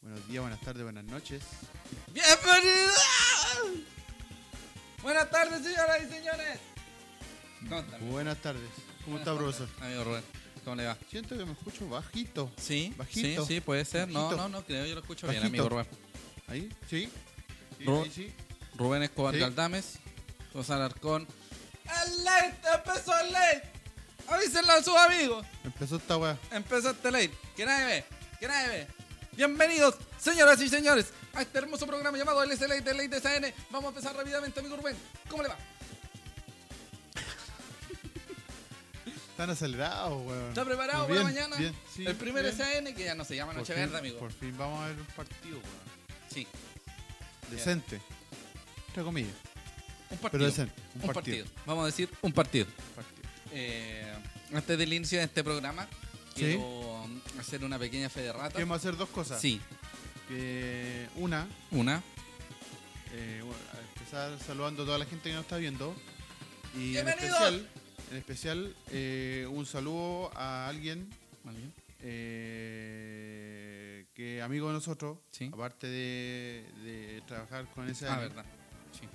Buenos días, buenas tardes, buenas noches. ¡Bienvenido! Buenas tardes, señoras y señores. ¿Cómo está? Buenas tardes. ¿Cómo está, profesor? Amigo Rubén, ¿cómo le va? Siento que me escucho bajito. Sí, Bajito. sí, sí, puede ser. No, Bajito. no, no creo, yo lo escucho bien, Bajito. amigo Rubén. ¿Ahí? ¿Sí? Sí, Ro- sí, sí. Rubén Escobar Sí. Galdames, José Alarcón. ¡El late! ¡Empezó el late! ¡Avísenlo a sus amigos! Empezó esta weá. Empezó este late. ¡Que nadie ve! ¡Que nadie ve! Bienvenidos, señoras y señores, a este hermoso programa llamado LS Late de Late SN. Vamos a empezar rápidamente, amigo Rubén. ¿Cómo le va? Están acelerados, weón. Pues ¿Está preparado Bien, para mañana? bien, sí, el primer bien. SAN que ya no se llama Por Noche fin- Verde, amigo. Por fin vamos a ver un partido, weón. Sí, Decente. Entre comillas. un partido. Pero decente. un Un, partido. partido. Vamos a decir un partido. Un partido. Eh, antes del inicio de este programa, Sí. quiero um, hacer una pequeña fe de rata. Queremos hacer dos cosas. Sí, Que una, una. eh, bueno, a empezar saludando a toda la gente que nos está viendo. Y en ¡Bienvenidos! especial, en especial eh, un saludo a alguien Muy bien. eh, que amigo de nosotros, Sí. aparte de, de trabajar con ese Ah, año. verdad. Sí.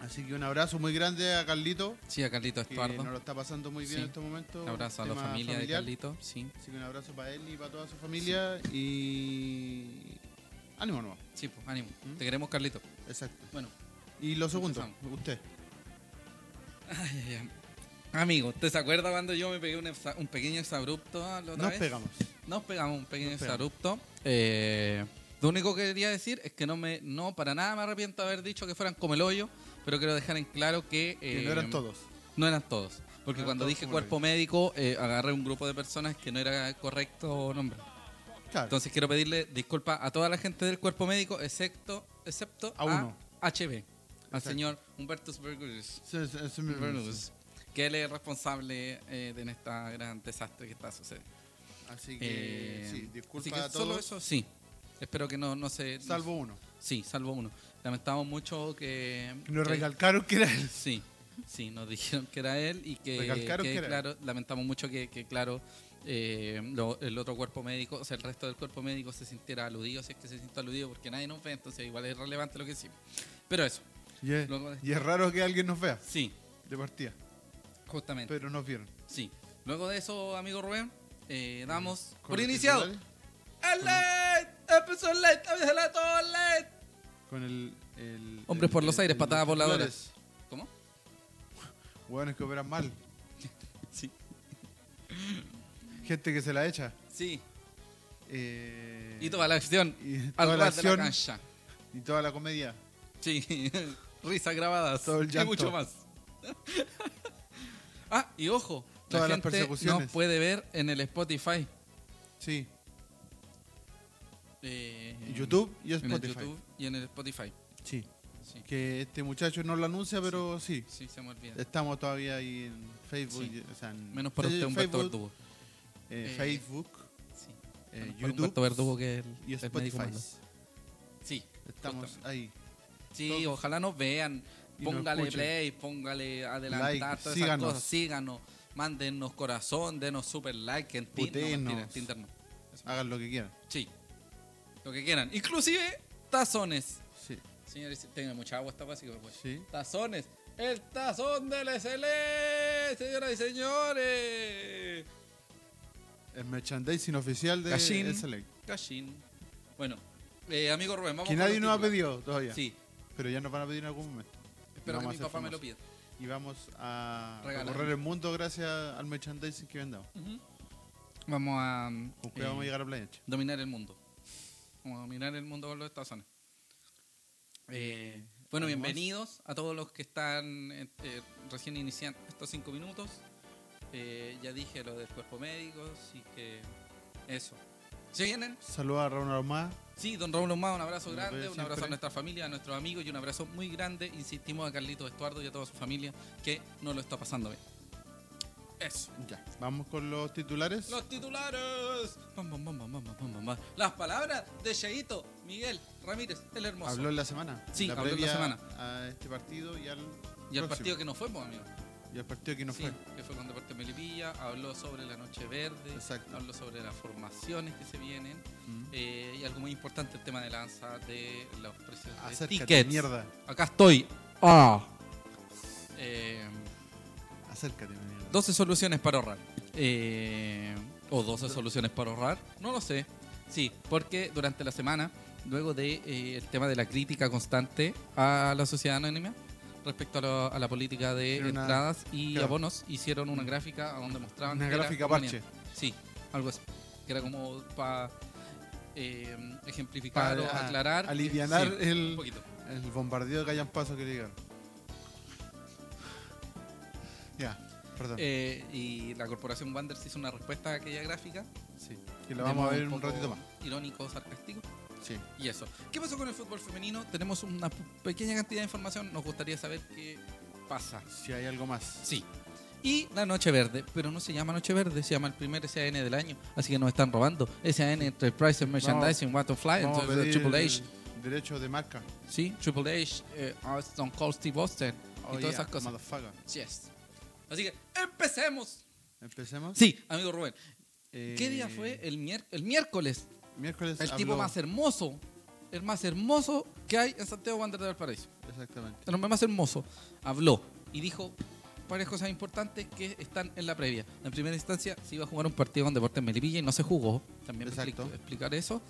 Así que un abrazo muy grande a Carlito, Sí, a Carlito que Estuardo. nos lo está pasando muy bien Sí. en estos momentos. Un abrazo a la tema familia de familiar. Carlito. Sí, Así que un abrazo para él y para toda su familia y ánimo no, sí, pues, ánimo. ¿Mm? Te queremos, Carlito. exacto. Bueno, Y lo segundo, Empezamos. usted. ay, ay, ay. eh, Amigo, ¿usted se acuerda cuando yo me pegué un, exa- un pequeño exabrupto ah, la otra Nos vez? pegamos. Nos pegamos un pequeño Nos pegamos. exabrupto. Eh, lo único que quería decir es que no me no para nada me arrepiento de haber dicho que fueran como el hoyo, pero quiero dejar en claro que, Que eh, no eran todos. No eran todos. Porque No eran cuando todos dije como el cuerpo médico, eh, agarré un grupo de personas que no era correcto nombre. Claro. Entonces quiero pedirle disculpas a toda la gente del cuerpo médico, excepto, excepto A a, uno. HB, al Exacto. señor Humberto Bergus, Sí, sí, sí, sí, pues, sí. que él es responsable eh, de este gran desastre que está sucediendo. Así que Eh, sí, disculpa así que a Solo todos, eso, sí. Espero que no, no se. no salvo uno. se- sí, salvo uno. Lamentamos mucho que. Nos que- recalcaron que era él. Sí, sí, nos dijeron que era él y que. Recalcaron que era él. claro, Lamentamos mucho que, que, claro, eh, lo- el otro cuerpo médico, o sea, el resto del cuerpo médico se sintiera aludido, si es que se sintió aludido, porque nadie nos ve, entonces igual es relevante lo que hicimos. Pero eso, Y es, Luego de- y es raro que alguien nos vea sí, de partida, justamente. pero nos vieron. Sí. Luego de eso, amigo Rubén, eh, damos Con por el iniciado. titular, ¡El LED! ¡Empezó el LED! ¡Avísala todo el LED! Con el, el- Hombres el- por los el- aires, el- patadas los voladoras. titulares. ¿Cómo? Hueones que operan mal. Sí. Gente que se la echa. Sí. Eh, Y toda la acción. y toda Al la lugar de la acción cancha. y toda la comedia. Sí. Risas grabadas. Todo el y llanto. mucho más. ah, y ojo. Todas la las gente persecuciones. nos puede ver en el Spotify. Sí, Eh, en YouTube y En el Spotify. YouTube y en el Spotify. Sí. Sí, Que este muchacho no lo anuncia, pero sí. sí se me olvida. Estamos todavía ahí en Facebook. Sí. y- o sea, en- Menos para sí, usted, Humberto Facebook, Verdugo. eh, Eh, Facebook, Sí. eh, Menos para Humberto Verdugo YouTube que el, y el médico Spotify. malo. Sí, Estamos Justamente. ahí. Sí, Todos. ojalá nos vean. Y nos Póngale escuchen. play, póngale adelantar, Like, todas síganos. esas cosas. Síganos, mándennos corazón, denos super like en Tinder. Putenos. No, mentira, Tinder no. Hagan lo que quieran. Sí, lo que quieran. Inclusive, tazones. Sí, Señores, tengo mucha agua esta agua, así que me voy. sí. pues. Tazones. El tazón del SL, señoras y señores. El merchandising oficial de Cachín. El Select. Cachín. Bueno, eh, amigo Rubén, vamos Que con nadie los nos ha títulos. pedido todavía. Sí, Pero ya nos van a pedir en algún momento. espero Vamos que a mi hacer papá me famoso. lo pida. Y vamos a Regalar. recorrer el mundo gracias al merchandising que vendamos. Ujú. Vamos a. Con eh, cuidado vamos a llegar a Playa Ancha. dominar el mundo. Vamos a dominar el mundo con los estazones. Eh, bueno, ¿algo más? bienvenidos a todos los que están eh, eh, recién iniciando estos cinco minutos. Eh, ya dije lo del cuerpo médico, así que eso. ¿Se vienen? Saludos a Raúl Armada. Sí, don Raúl Humada, un abrazo Nos grande, ve un abrazo a siempre. nuestra familia, a nuestros amigos y un abrazo muy grande, insistimos, a Carlitos Estuardo y a toda su familia que no lo está pasando bien. Eso. Ya. Vamos con los titulares. Los titulares. Bam, bam, bam, bam, bam, bam, bam, bam. Las palabras de Cheito Miguel Ramírez, el hermoso. Habló en la semana. Sí, la habló en la previa semana. A este partido y al, y el próximo. partido que no fue, pues, amigo. Y al partido que no Sí, fue. que fue con Deportes Melipilla. Habló sobre la Noche Verde. Exacto. Habló sobre las formaciones que se vienen. Mm. eh, y algo muy importante, el tema de la alza de los precios de Acércate, tickets. mierda. Acá estoy. Ah. Eh, Acércate, mierda. 12 soluciones para ahorrar. Eh, o 12 soluciones para ahorrar, no lo sé. Sí, porque durante la semana, luego de eh, el tema de la crítica constante a la sociedad anónima respecto a, lo- a la política de Hicieron una- entradas y claro. abonos, hicieron una gráfica a donde mostraban Una que era gráfica conveniente. parche. Sí, algo así. Que era como para ejemplificar o a- aclarar. que- alivianar sí, el- un poquito. El bombardeo que hayan paso que le llegaron. Ya, perdón. Eh, y la corporación Wanderers hizo una respuesta a aquella gráfica. sí. Que lo vamos a ver en un poco ratito más. Irónico, sarcástico. Sí. Y eso. ¿Qué pasó con el fútbol femenino? Tenemos una p- pequeña cantidad de información. Nos gustaría saber qué pasa. Si hay algo más. Sí. Y la Noche Verde, pero no se llama Noche Verde, se llama el primer SAN del año, así que nos están robando. SAN Enterprise and Merchandising, Waterfly, Vamos a entonces pedir Triple H, Derecho de marca. sí, Triple H, eh, Stone Cold Steve Austin y Oh, todas yeah, esas cosas. motherfucker. Yes. Así que empecemos. Empecemos. Sí, amigo Rubén, ¿qué Eh, día fue? El, mier- el miércoles, Miércoles. el tipo habló- más hermoso, el más hermoso que hay en Santiago Wanderers del Paraíso. Exactamente. el hombre más hermoso, habló y dijo varias cosas importantes que están en la previa. En primera instancia, se iba a jugar un partido con Deportes Melipilla y no se jugó. También expli- Exacto. explicar eso.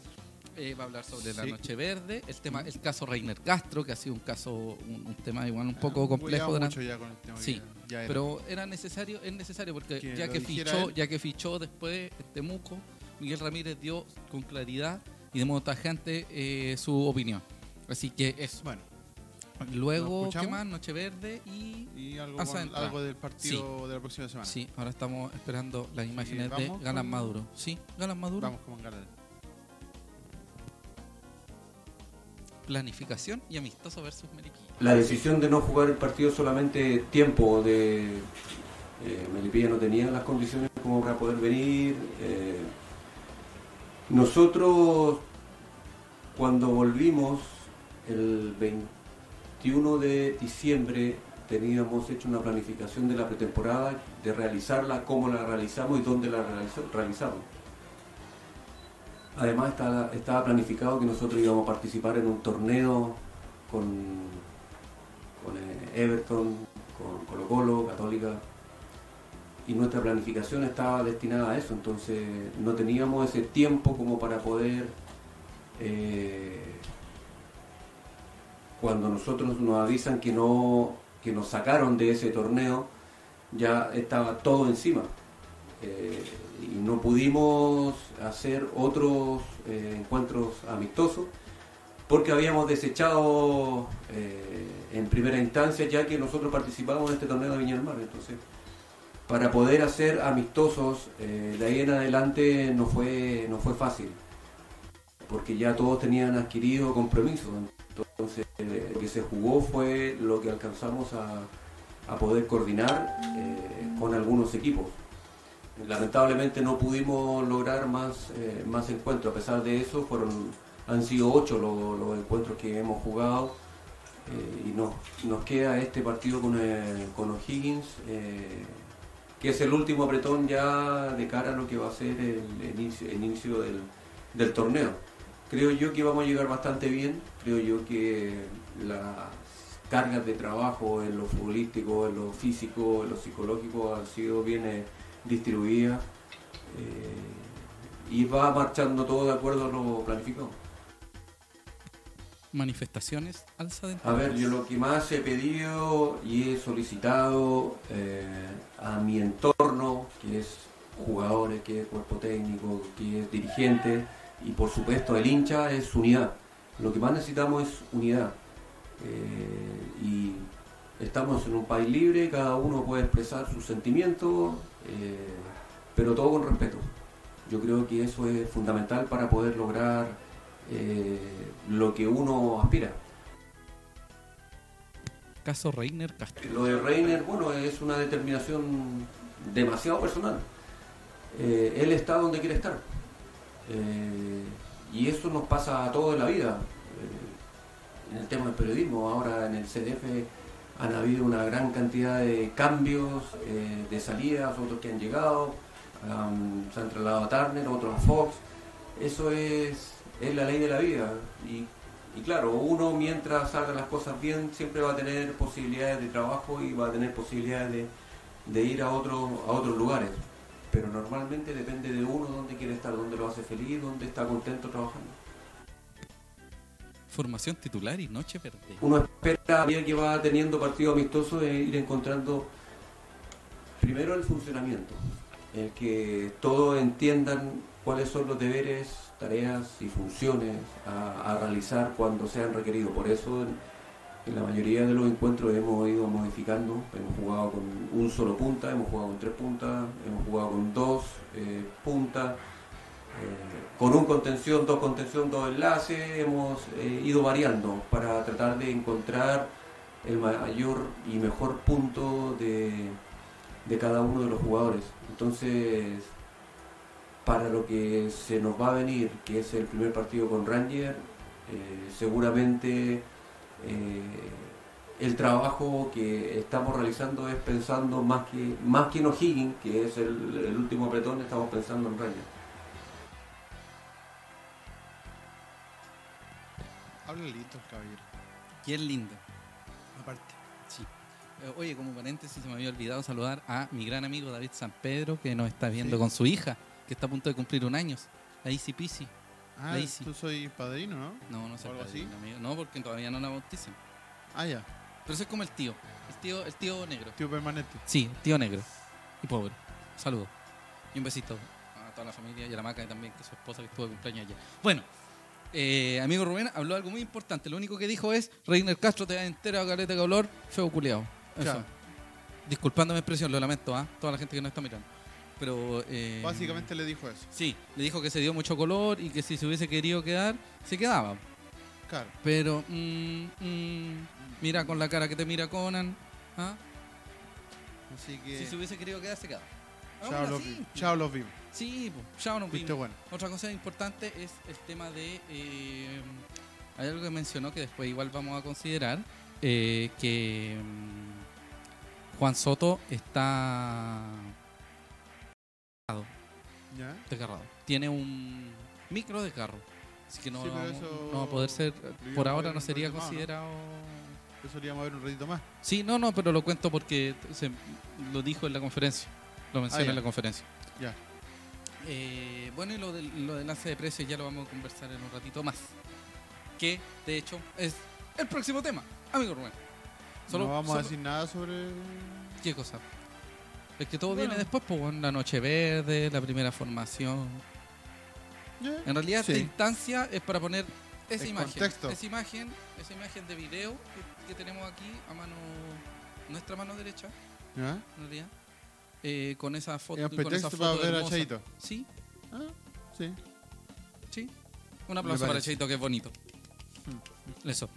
Eh, va a hablar sobre la Sí. Noche Verde, el tema, el caso Reiner Castro, que ha sido un caso, un, un tema igual un Ah, poco complejo. hueveaba durante- mucho ya con el tema que Sí, ya era. pero era necesario, es necesario porque Que ya lo que dijera fichó, él. ya que fichó después en Temuco, Miguel Ramírez dio con claridad y de modo tajante eh, su opinión. Así que eso. Bueno, Luego, ¿qué escuchamos? más? Noche Verde y y algo, Hasta con- entra. algo del partido de la próxima semana. Sí, ahora estamos esperando las imágenes de vamos Galán con- Maduro. Sí, Galán Maduro. Vamos con ganas. Planificación y amistoso versus Melipilla. La decisión de no jugar el partido solamente tiempo de eh, Melipilla no tenía las condiciones como para poder venir. eh. nosotros cuando volvimos el 21 de diciembre teníamos hecho una planificación de la pretemporada, de realizarla, cómo la realizamos y dónde la realiza- realizamos. Además estaba, estaba planificado que nosotros íbamos a participar en un torneo con, con eh, Everton, con Colo Colo, Católica. Y nuestra planificación estaba destinada a eso, entonces no teníamos ese tiempo como para poder, eh, cuando nosotros nos avisan que, no, que nos sacaron de ese torneo, ya estaba todo encima. Eh, y no pudimos hacer otros eh, encuentros amistosos porque habíamos desechado eh, en primera instancia ya que nosotros participábamos en este torneo de Viña del Mar. Entonces, para poder hacer amistosos eh, de ahí en adelante no fue, no fue fácil porque ya todos tenían adquirido compromisos. Entonces, eh, lo que se jugó fue lo que alcanzamos a, a poder coordinar eh, con algunos equipos. Lamentablemente no pudimos lograr más, eh, más encuentros, a pesar de eso fueron, han sido ocho lo- los, encuentros que hemos jugado eh, y nos, nos queda este partido con, eh, con O'Higgins, eh, que es el último apretón ya de cara a lo que va a ser el, el inicio, el inicio del, del torneo. Creo yo que vamos a llegar bastante bien, creo yo que las cargas de trabajo en lo futbolístico, en lo físico, en lo psicológico han sido bien... eh, distribuida eh, y va marchando todo de acuerdo a lo planificado. Manifestaciones, alza de A ver, yo lo que más he pedido y he solicitado eh, a mi entorno, que es jugadores, que es cuerpo técnico, que es dirigente y por supuesto el hincha, es unidad. Lo que más necesitamos es unidad. Eh, y estamos en un país libre, cada uno puede expresar sus sentimientos, eh, pero todo con respeto. Yo creo que eso es fundamental para poder lograr eh, lo que uno aspira. Caso Reiner Castro. Lo de Reiner, bueno, es una determinación demasiado personal. Eh, él está donde quiere estar. Eh, y eso nos pasa a todos en la vida. Eh, en el tema del periodismo, ahora en el CDF han habido una gran cantidad de cambios, eh, de salidas, otros que han llegado, am, se han trasladado a Turner, otros a Fox. Eso es es la ley de la vida. Y, y claro, uno mientras haga las cosas bien siempre va a tener posibilidades de trabajo y va a tener posibilidades de, de ir a, otro, a otros lugares. Pero normalmente depende de uno dónde quiere estar, dónde lo hace feliz, dónde está contento trabajando. Formación titular y noche verde. Uno espera a medida que va teniendo partido amistoso de ir encontrando primero el funcionamiento, el que todos entiendan cuáles son los deberes, tareas y funciones a, a realizar cuando sean requeridos. Por eso en, en la mayoría de los encuentros hemos ido modificando, hemos jugado con un solo punta, hemos jugado con tres puntas, hemos jugado con dos eh, puntas, eh, con un contención, dos contención, dos enlaces, hemos eh, ido variando para tratar de encontrar el mayor y mejor punto de, de cada uno de los jugadores. Entonces, para lo que se nos va a venir, que es el primer partido con Ranger, eh, seguramente eh, el trabajo que estamos realizando es pensando más que, más que en O'Higgins, que es el, el último apretón, estamos pensando en Ranger. Habla lindo el caballero. Y es linda. Aparte. Sí. Eh, Oye, como paréntesis, se me había olvidado saludar a mi gran amigo David San Pedro, que nos está viendo Sí. con su hija, que está a punto de cumplir un año. La Easy Peasy. Ah, Ahí sí. tú soy padrino, ¿no? No, no se ¿O algo padrino, amigo. No, porque todavía no la bautizan. Ah, ya. Pero eso es como el tío. El tío, el tío negro. Tío permanente. Sí, el tío negro. Y pobre. Saludos. Y un besito a toda la familia y a la maca también, que es su esposa que estuvo de cumpleaños ayer. Bueno, eh, amigo Rubén habló algo muy importante. Lo único que dijo es, Reiner Castro te da entera caleta de color, feo culiao. Eso. Claro. Disculpando mi expresión, lo lamento, ¿ah? Toda la gente que no está mirando. Pero... eh, Básicamente le dijo eso. Sí, le dijo que se dio mucho color y que si se hubiese querido quedar, se quedaba. Claro. Pero, mm, mm, mira con la cara que te mira Conan. ¿ah? Así que. Ah, Si se hubiese querido quedar, se quedaba. Chao Aún los así, vimos. Chao los vimos. Sí, po, chao nos Viste vimos. bueno. Otra cosa importante es el tema de. eh, hay algo que mencionó que después igual vamos a considerar: eh, que mm, Juan Soto está ¿Ya? desgarrado. Tiene un micro desgarro. Así que no, Sí, no pero vamos- eso no va a poder ser. lo íbamos Por a ahora ver no en sería un rato más, ¿no? considerado. Eso lo íbamos a ver un ratito más. Sí, no, no, pero lo cuento porque se, lo dijo en la conferencia. Lo menciona Ah, ya. en la conferencia. Ya. Eh, bueno, y lo del, lo del lance de precios ya lo vamos a conversar en un ratito más. Que, de hecho, es el próximo tema, amigo Rubén. Solo- no vamos a solo- decir nada sobre. ¿Qué cosa? Es que todo Bueno. viene después, pues, bueno, la noche verde, la primera formación. Ya. En realidad, Sí. esta instancia es para poner esa El imagen. contexto. Esa imagen, esa imagen de video que, que tenemos aquí a mano, nuestra mano derecha, ¿Ya? en realidad. eh, con esa foto. Es con un esa pretexto foto para ver a hermosa. Chaito. Sí, Ah, sí. Sí. Un aplauso Me para parece. Mm. Cheito, que es bonito. Eso.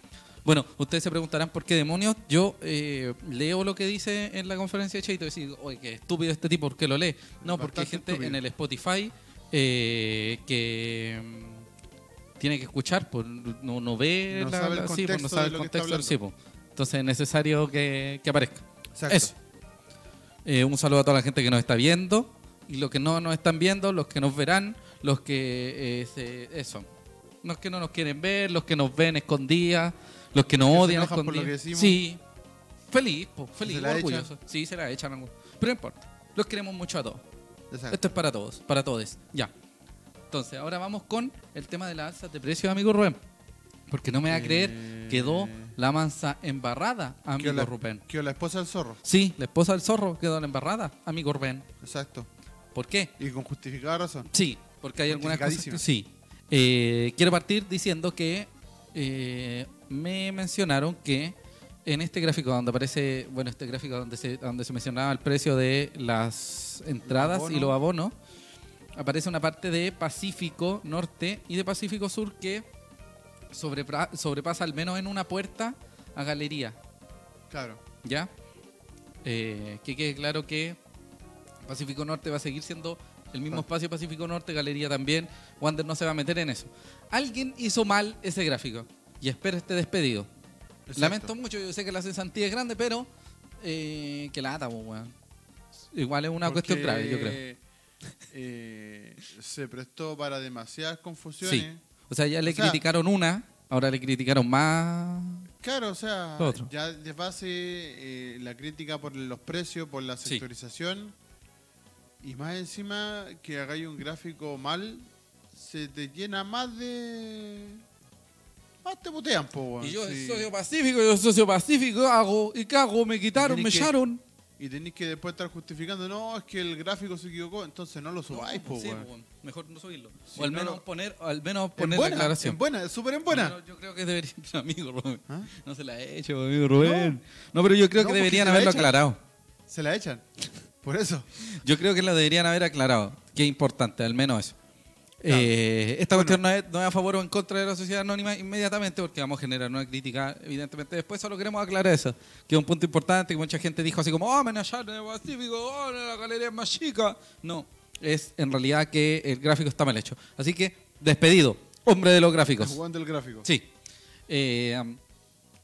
Bueno, ustedes se preguntarán por qué demonios yo eh, leo lo que dice en la conferencia de Cheito y digo, oye, qué estúpido este tipo, ¿por qué lo lee? No, porque hay Bastante gente estúpido. en el Spotify eh, que mm, tiene que escuchar, pues, no, no ve No sabe el sí, pues, contexto no sabe de el lo que está contexto del sí, pues. Entonces es necesario que, que aparezca. Exacto. Eso. Eh, un saludo a toda la gente que nos está viendo y los que no nos están viendo, los que nos verán, los que eh, se- eso, los que no nos quieren ver, los que nos ven escondidas, los que nos Que se odian enojan por lo escondidas. que decimos. sí, feliz, po, feliz, se la orgulloso. Sí, se la echan, algo. pero no importa. Los queremos mucho a todos. Exacto. Esto es para todos, para todos. Ya. Entonces, ahora vamos con el tema de la alza de precios, amigo Rubén. Porque no me va a creer, Eh. quedó la mansa embarrada, amigo Que la- Rubén. Que la esposa del zorro. Sí, la esposa del zorro quedó la embarrada, amigo Rubén. Exacto. ¿Por qué? Y con justificada razón. Sí, porque hay algunas cosas que Justificadísima. sí. Eh, quiero partir diciendo que eh, me mencionaron que en este gráfico donde aparece, bueno, este gráfico donde se, donde se mencionaba el precio de las entradas y abonos. los abonos, aparece una parte de Pacífico Norte y de Pacífico Sur que sobrepra- sobrepasa al menos en una puerta a galería. Claro. ¿Ya? Eh, que quede claro que Pacífico Norte va a seguir siendo el mismo Ah. espacio Pacífico Norte, Galería también. Wander no se va a meter en eso. Alguien hizo mal ese gráfico y espero esté despedido. Exacto. Lamento mucho, yo sé que la cesantía es grande, pero eh, que lata, po, weón. Igual es una Porque, cuestión grave, yo creo. eh, se prestó para demasiadas confusiones. Sí. O sea, ya le O sea- criticaron una, ahora le criticaron más. Claro, o sea, Lo otro. ya de base eh, la crítica por los precios, por la Sí. sectorización. Y más encima que hagáis un gráfico mal, se te llena más de. Más te putean, po, weón. sí. pacífico, yo socio pacífico, hago, y cago, me quitaron, Tenés me que- echaron. Y tenéis que después estar justificando, no, es que el gráfico se equivocó, entonces no lo subáis, po, Sí, weón. weón, mejor no subirlo. Si o al no menos lo- poner, o al menos En poner la buena, aclaración. en buena, súper en buena. Yo creo que debería, amigo Rubén. ¿Ah? No se la he hecho, amigo Rubén. No, pero yo creo No, que porque deberían se la haberlo echan. aclarado. Se la echan. Por eso. Yo creo que la deberían haber aclarado. Qué importante, al menos eso. Eh, esta Bueno. cuestión no es, no es a favor o en contra de la sociedad anónima inmediatamente porque vamos a generar una crítica, evidentemente. Después solo queremos aclarar eso, que es un punto importante que mucha gente dijo así como, oh, amenazaron en el Pacífico, oh, en la galería es más chica. No, es en realidad que el gráfico está mal hecho. Así que, despedido, hombre de los gráficos. Jugando el gráfico. Sí. Eh, um,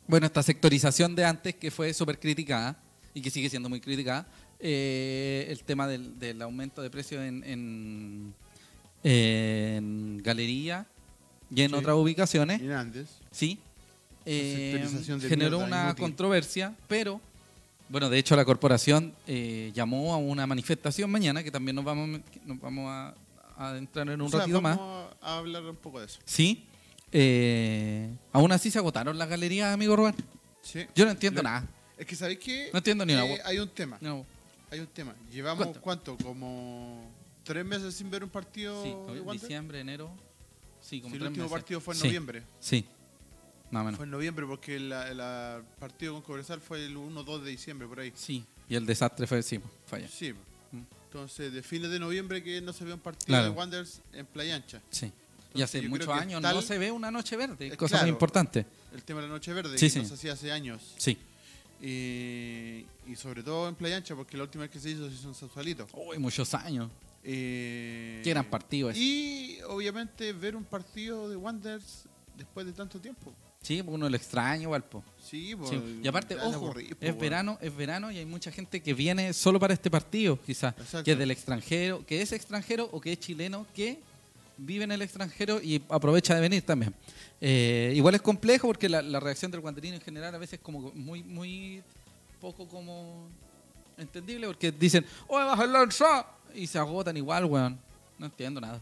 bueno, esta sectorización de antes que fue súper criticada y que sigue siendo muy criticada, eh, el tema del, del aumento de precios en, en, en galería y en Sí. otras ubicaciones, Y antes. sí, eh, sectorización de generó mierda una inútil. controversia, pero bueno, de hecho la corporación eh, llamó a una manifestación mañana que también nos vamos, nos vamos a, a adentrar en un O sea, ratito más. vamos a hablar un poco de eso. Sí. Eh, aún así se agotaron las galerías, amigo Rubén. Sí. Yo no entiendo Lo- nada. Es que sabéis que. No entiendo ni una hue- Hay un tema. No. Hay un tema. Llevamos, Cuenta. ¿cuánto? Como tres meses sin ver un partido. Sí, de Wander. diciembre, enero. Sí, Si como el tres último meses. partido fue en Sí, Ah, noviembre. Sí. Más o menos. Fue en noviembre porque el la, la- partido con Cobresal fue el 1-2 de diciembre, por ahí. Sí. Y el desastre fue encima. Falla. Sí. Mm. Entonces, de fines de noviembre que no se ve un partido Claro. de Wanderers en Playa Ancha. Sí. Y hace yo creo muchos que años tal- no se ve una noche verde. Eh, cosa muy claro. importante. El tema de la Noche Verde, Sí, que sí. no se hacía hace años. Sí. Y, y sobre todo en Playa Ancha, porque la última vez que se hizo se hizo en Sausalito. Uy, muchos años. Eh, Qué gran partido ese. Y obviamente ver un partido de Wanderers después de tanto tiempo. Sí, uno lo extraña, Valpo. Sí, pues, po, Sí. Y aparte, ya la ojo, aburrí, po, es weón. verano, es verano y hay mucha gente que viene solo para este partido, quizás, Exacto. que es del extranjero, que es extranjero o que es chileno, que vive en el extranjero y aprovecha de venir también. Eh, igual es complejo porque la, la reacción del guanderino en general a veces como muy, muy poco como entendible porque dicen, ¡Oye, baja el lanza! Y se agotan igual, weón. No entiendo nada.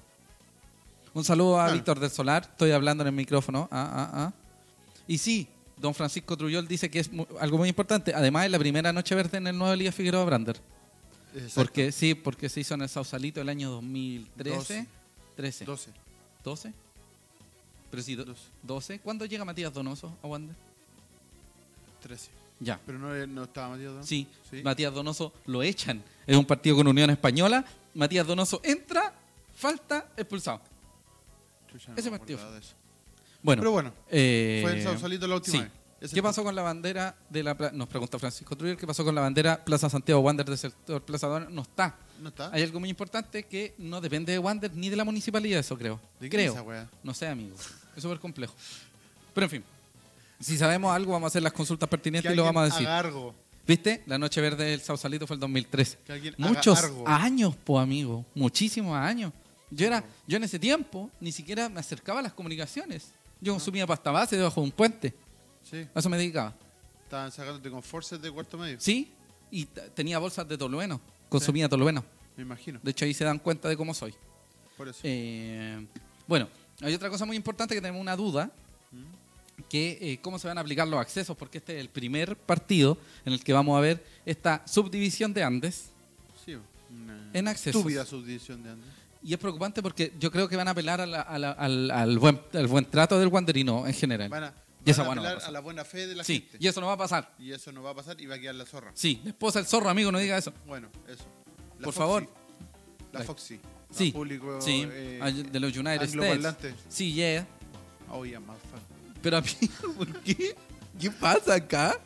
Un saludo a Claro. Víctor del Solar, estoy hablando en el micrófono. Ah, ah, ah. Y sí, don Francisco Truyol dice que es mu- algo muy importante. Además, es la primera noche verde en el nuevo Liga Figueroa Brander. Exacto. Porque sí, porque se hizo en el Sausalito el año 2013. Doce. 13. 12. 12. Pero sí, do- Doce. 12. ¿Cuándo llega Matías Donoso a Wander? 13. Ya. Pero no, no estaba Matías Donoso. Sí, Sí. Matías Donoso lo echan. Es un partido con Unión Española. Matías Donoso entra, falta, expulsado. Chucha, ese me partido acordaba de eso. Bueno, Pero bueno, eh, fue en Sausalito la última sí. vez. Ese ¿Qué fue- pasó con la bandera de la pla- nos pregunta Francisco Trujillo, ¿qué pasó con la bandera Plaza Santiago Wander del sector Plaza Aduana? No está. ¿No está? Hay algo muy importante que no depende de Wander ni de la municipalidad, eso creo. ¿De qué es creo. esa weá? no sé, amigo. Es súper complejo. Pero en fin. Si sabemos algo, vamos a hacer las consultas pertinentes y lo alguien vamos a decir. haga algo. ¿Viste? La Noche Verde del Sausalito fue el 2013. Que alguien haga Muchos algo. años, po, amigo. Muchísimos años. Yo era, yo en ese tiempo ni siquiera me acercaba a las comunicaciones. Yo consumía pasta base debajo de un puente. Sí, A eso me dedicaba. estaban sacándote con forces de cuarto medio. Sí, y t- tenía bolsas de tolueno. Consumía tolueno. Me imagino, De hecho, ahí se dan cuenta de cómo soy. por eso. Eh, bueno, hay otra cosa muy importante que tenemos una duda, que eh, cómo se van a aplicar los accesos, porque este es el primer partido en el que vamos a ver esta subdivisión de Andes. sí, una en accesos. estúpida subdivisión de Andes. Y es preocupante porque yo creo que van a apelar a la- a la- al, al buen, al buen trato del guanderino en general. Van a, Y esa van a weá no va a apelar pasar. a la buena fe de la sí, gente. y eso no va a pasar. Y eso no va a pasar y va a quedar la zorra. Sí, la esposa del zorro, amigo, no diga eso. Bueno, eso. La Por Foxy. favor. La La- Foxy. La Sí, Público, sí, eh, al- de los United angloparlante. States. Sí, yeah. Oh, yeah, motherfucker. Pero amigo, ¿por qué? ¿Qué pasa acá?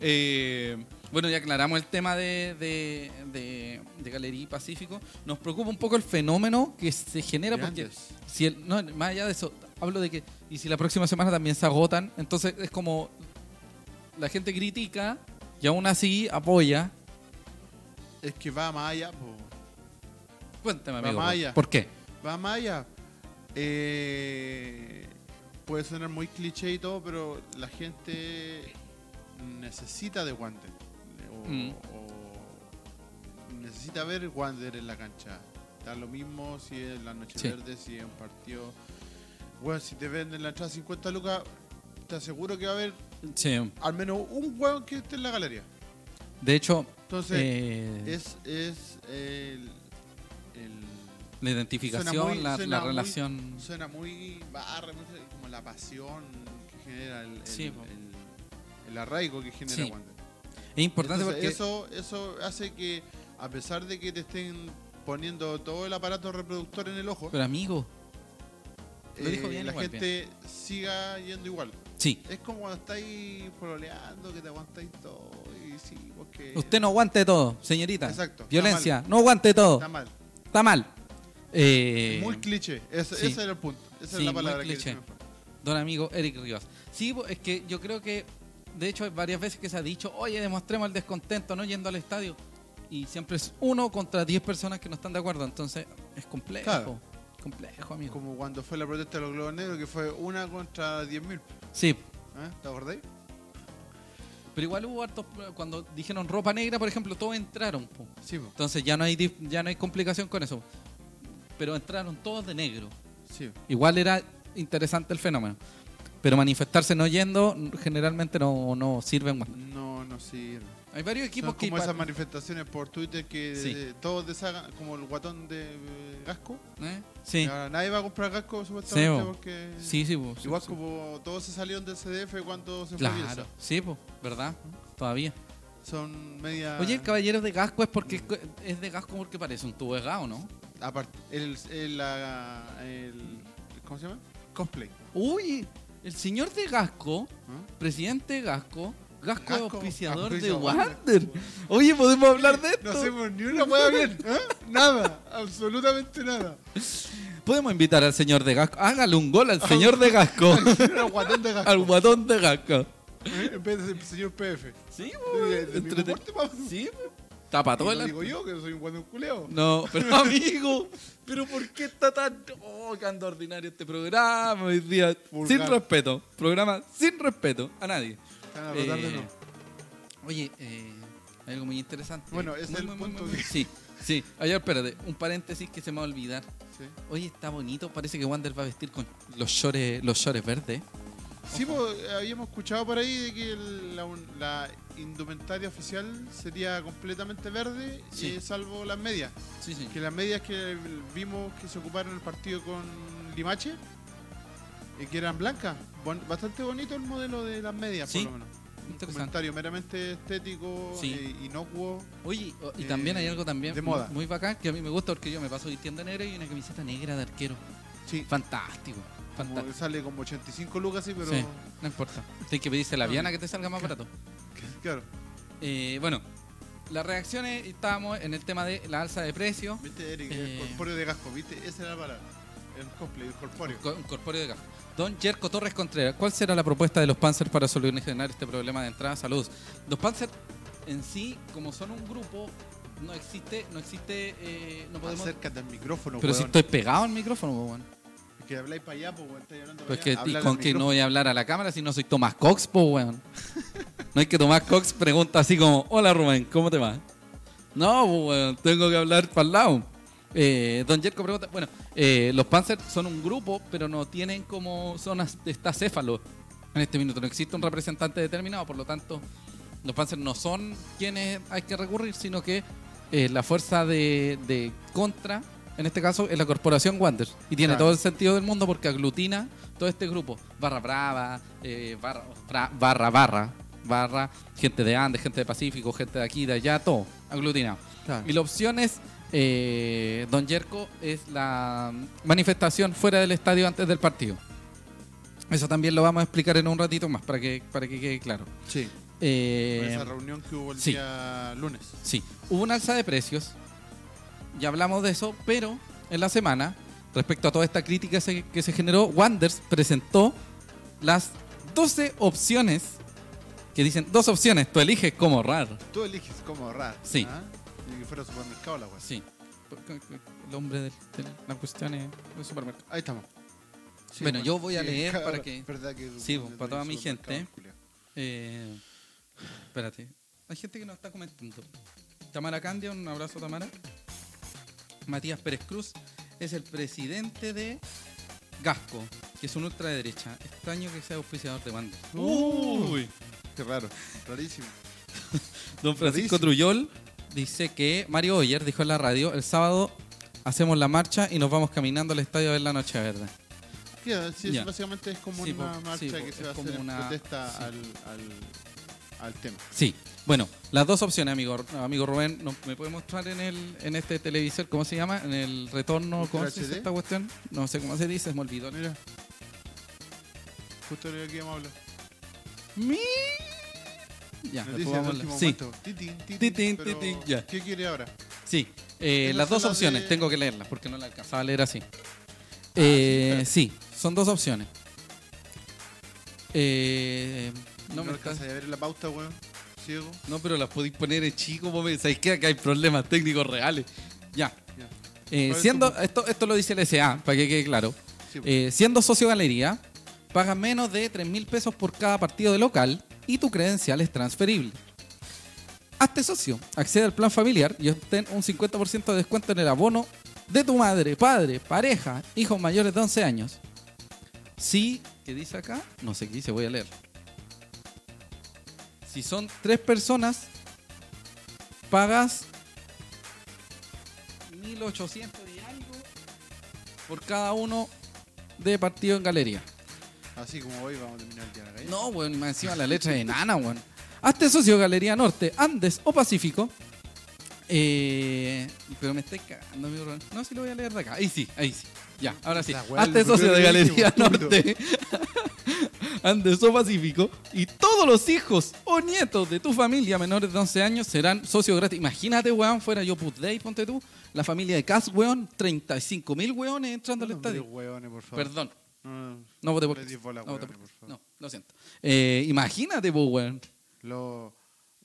Eh, bueno, ya aclaramos el tema de, de, de- de Galería Pacífico. Nos preocupa un poco el fenómeno que se genera De porque Andes. si el, no, más allá de eso, hablo de que y si la próxima semana también se agotan, entonces es como la gente critica y aún así apoya. Es que va más allá, po. Cuéntame, La amigo. malla. ¿Por qué? Va más allá. Eh, puede sonar muy cliché y todo, pero la gente necesita de Wander. O, Mm. o necesita ver Wander en la cancha. Da lo mismo si es la noche Sí. verde, si es un partido. Bueno, si te venden la entrada 50 lucas, te aseguro que va a haber Sí. al menos un hueón que esté en la galería. De hecho, Entonces, eh, Es, es el, el- la identificación, suena muy- la, suena la muy- relación. Suena muy barra, muy- como la pasión que genera el, el- Sí, po. el- el arraigo que genera Sí. Wander. Es importante Entonces, porque. eso, eso hace que, a pesar de que te estén poniendo todo el aparato reproductor en el ojo, Pero amigo. lo eh, dijo bien la igual, gente siga yendo igual. Sí. Es como cuando estáis pololeando, que te aguantáis todo y sí, porque... Usted no aguante todo, señorita. Exacto, está Violencia, no aguante todo. Está mal. Está mal. Eh, muy cliché. Ese, sí. ese era el punto. Esa Sí, es la muy palabra que cliché. se me fue. don amigo Eric Rivas. Sí, po, es que yo creo que, de hecho, hay varias veces que se ha dicho, oye, demostremos el descontento no yendo al estadio. Y siempre es uno contra diez personas que no están de acuerdo. Entonces, es complejo. Claro. Complejo, amigo. Como cuando fue la protesta de los globos negros, que fue una contra 10.000. Sí, ¿eh? ¿Te acordáis? pero igual hubo hartos. Cuando dijeron ropa negra, por ejemplo, todos entraron. po. Sí, po. Entonces, ya no, hay, dif- ya no hay complicación con eso. Pero entraron todos de negro. sí. Igual era interesante el fenómeno. Pero manifestarse no yendo generalmente no, no sirve en Wander. No, no sirve. Hay varios equipos Son que. como esas pa- manifestaciones por Twitter que Sí. eh, todos deshagan, como el guatón de eh, Gasco. ¿eh? Sí. Y ahora nadie va a comprar Gasco supuestamente Sí, po. porque... Sí, sí, po, sí, Igual sí. como todos se salieron del CDF cuando se fue Claro, Bielsa. sí, po, ¿verdad? Todavía. Son media... Oye, el caballero de Gasco es porque es co- es de Gasco porque parece un tubo de gas, ¿o ¿no? Aparte, el, el, la- el- ¿Cómo se llama? Cosplay. Uy, el señor de Gasco, ¿no? presidente de Gasco, Gasco, es Gasco, auspiciador de auspiciador. Wander. Oye, podemos hablar de No esto. hacemos ni una hueá bien, ¿eh? Nada, absolutamente nada. Podemos invitar al señor de Gasco. Hágale un gol al señor de Gasco, Era guatón de al gasco. guatón de Gasco. ¿eh? En vez de ser señor PF. Sí, De- po, de- de mi entrete- deporte, vamos. Sí, po. tapa todo Y el lo ar- digo yo, que soy un guatón culeo. No, pero amigo, pero ¿por qué está tan oh, que anda ordinario este programa hoy día? Vulgar. Sin respeto, programa sin respeto a nadie. Están a tratar de Eh, Ah, no. Oye, eh, hay algo muy interesante. Bueno, ese Muy, es el muy, punto muy, muy- Sí, sí. Ayer, espérate, un paréntesis que se me va a olvidar. Sí, Oye, está bonito, parece que Wander va a vestir con los shorts, los shorts verdes. Sí, pues, habíamos escuchado por ahí de que el- la, un- la indumentaria oficial sería completamente verde, Sí. eh, salvo las medias. Sí, sí. Que las medias que vimos que se ocuparon en el partido con Limache, eh, que eran blancas. Bon- bastante bonito el modelo de las medias, Sí. por lo menos. un Interesante. comentario meramente estético, Sí. eh, inocuo. Oye, o- y Eh, también hay algo también de moda. muy- muy bacán que a mí me gusta porque yo me paso vistiendo negro y una camiseta negra de arquero. Sí, Fantástico, como fantástico. sale como 85 lucas, sí, pero Sí, no importa. Tienes que pedirse a la Viana que te salga más barato. claro. Eh, bueno, las reacciones estábamos en el tema de la alza de precios. ¿Viste, Eric? Eh. El corpóreo de Gasco, ¿viste? Esa era la palabra. El cosplay, el corpóreo. Co- Un corpóreo de caja. Don Jerko Torres Contreras, ¿cuál será la propuesta de los Panzers para solucionar este problema de entrada? Saludos. Los Panzers en sí, como son un grupo, no existe, no existe, eh, no podemos. Acércate al micrófono, Pero si weón. estoy pegado al micrófono, pues, bueno. Es Que habláis para allá, pues, weón. Estáis hablando para Pues que, allá. y Hablar con al que no micrófono. voy a hablar a la cámara si no soy Tomás Cox, po, weón. No hay que Tomás Cox pregunta así como, hola Rubén, ¿cómo te va? No, po, weón, tengo que hablar para el lado. Eh, don Jerko pregunta, bueno, eh, los Panzers son un grupo, pero no tienen como zonas de estacéfalo en este minuto. No existe un representante determinado, por lo tanto, los Panzers no son quienes hay que recurrir, sino que eh, la fuerza de, de contra, en este caso, es la corporación Wander. Y tiene Claro. todo el sentido del mundo porque aglutina todo este grupo. Barra Brava, eh, barra, Fra- barra Barra, barra, gente de Andes, gente de Pacífico, gente de aquí, de allá, todo aglutinado. Y la opción es, eh, don Yerko, es la manifestación fuera del estadio antes del partido. Eso también lo vamos a explicar en un ratito más para que, para que quede claro. Sí. Eh, Por esa reunión que hubo el sí. día lunes. Sí, hubo un alza de precios, ya hablamos de eso, pero en la semana, respecto a toda esta crítica se- que se generó, Wanders presentó las 12 opciones, que dicen dos opciones, tú eliges cómo ahorrar. Tú eliges cómo ahorrar. Sí. ¿ah? Ni que fuera supermercado la weá. Sí, el hombre de la cuestión es el supermercado. Ahí estamos. Sí, bueno, bueno, yo voy a sí, leer claro, para que. verdad que- Sí, pues, para toda mi supermercado, gente. culiao. eh, espérate. Hay gente que nos está comentando. Tamara Candia, un abrazo, Tamara. Matías Pérez Cruz es el presidente de Gasco, que es un ultraderecha. Extraño que sea auspiciador de bandas. Uy. Qué raro, rarísimo. Don Rarísimo. Francisco Trullol dice que Mario Oyer dijo en la radio, el sábado hacemos la marcha y nos vamos caminando al estadio a ver la Noche Verde. Claro, sí, es- Ya. básicamente es como Sí, una po, marcha sí, po, que es se va a como hacer una- en protesta sí. al, al, al tema. Sí. Bueno, las dos opciones, amigo, amigo Rubén, ¿no- ¿me puede mostrar en el en este televisor cómo se llama? En el retorno, ¿cómo Ultra se dice HD? esta cuestión? No sé cómo se dice, me olvidó. Mira, justo de aquí vamos a hablar. Mi- Ya, después Noticias vamos de a hablar. último Sí, momento. Titín, titín, Titín, pero titín, ya. ¿Qué quiere ahora? sí. Eh, Es la las dos sala opciones, de- Ah, tengo que leerlas porque no la alcanzaba a leer así. Eh, sí, son dos opciones. Eh, no me alcanzas estás... a ver la pauta, weón. Ciego. No, pero las podéis poner en chico, porque sabéis que acá hay problemas técnicos reales. Ya. Ya. Eh, ¿Cuál es siendo, tu- esto, esto lo dice el SA, para que quede claro. Sí, pues. po. Eh, siendo socio galería, pagas menos de 3 mil pesos por cada partido de local y tu credencial es transferible. Hazte socio, accede al plan familiar y obtén un 50% de descuento en el abono de tu madre, padre, pareja, hijos mayores de 11 años. Si, ¿qué dice acá? No sé qué dice, voy a leer. Si son tres personas, pagas 1800 y algo por cada uno de partido en galería. Así como hoy vamos a terminar el día de la galleta. No, weón, y más encima la letra de nana, weón. Hazte socio Galería Norte, Andes o Pacífico. Eh, pero me estáis cagando, mi weón. No, si lo voy a leer de acá. Ahí sí, ahí sí. Ya, ahora sí. La weá, Hazte lo socio primero de que Galería dijimos, culo. Norte, Andes o Pacífico. Y todos los hijos o nietos de tu familia menores de 11 años serán socios gratis. Imagínate, weón, fuera yo Put Day, ponte tú. La familia de Cas, weón, 35 mil weones entrando al No, estadio. Weones, por favor. Perdón. No, no, No voté por Le di Kast. bola, no, weón, voté por por Kast. favor. No, lo siento. Eh, imagínate, pues, weón. Los,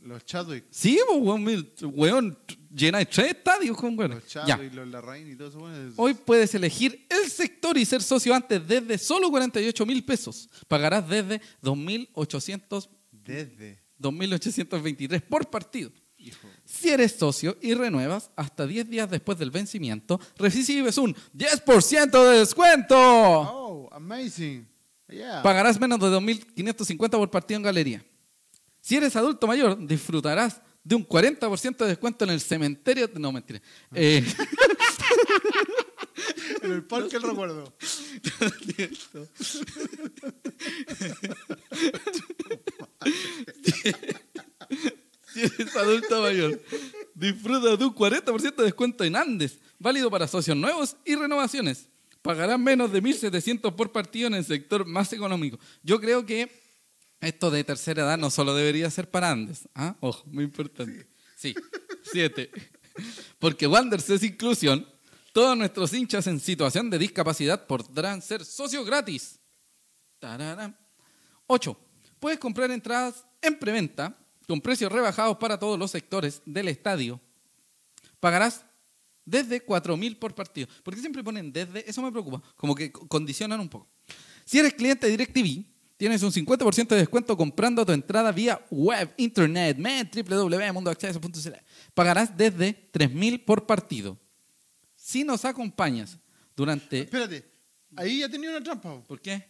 los Chadwick. Sí, pues, weón, mil- weón, t- llenáis tres estadios con weón. Los Ya. Chadwick, los Larraín y todo eso. weón, es- Hoy puedes elegir el sector y ser socio antes desde solo 48 mil pesos. Pagarás desde 2.800, Desde. 2.823 por partido. Hijo. Si eres socio y renuevas hasta 10 días después del vencimiento, recibes un 10% de descuento. Oh, amazing. Yeah. Pagarás menos de 2.550 por partido en galería. Si eres adulto mayor, disfrutarás de un 40% de descuento en el cementerio. No, mentira. Eh, en el parque el recuerdo. si eres adulto mayor, disfruta de un 40% de descuento en Andes, válido para socios nuevos y renovaciones. Pagarás menos de 1.700 por partido en el sector más económico. Yo creo que esto de tercera edad no solo debería ser para Andes. ¿ah? Ojo, muy importante. Sí, siete. Porque Wanderers es inclusión. Todos nuestros hinchas en situación de discapacidad podrán ser socios gratis. Tararán. 8. Puedes comprar entradas en preventa con precios rebajados para todos los sectores del estadio. Pagarás desde 4.000 por partido. ¿Por qué siempre ponen desde? Eso me preocupa. Como que co- condicionan un poco. Si eres cliente de DirecTV, tienes un 50% de descuento comprando tu entrada vía web, internet, man, www.mundoacceso.cl. Pagarás desde 3.000 por partido. Si nos acompañas durante... Espérate. Ahí ya tenía una trampa. po. ¿Por qué?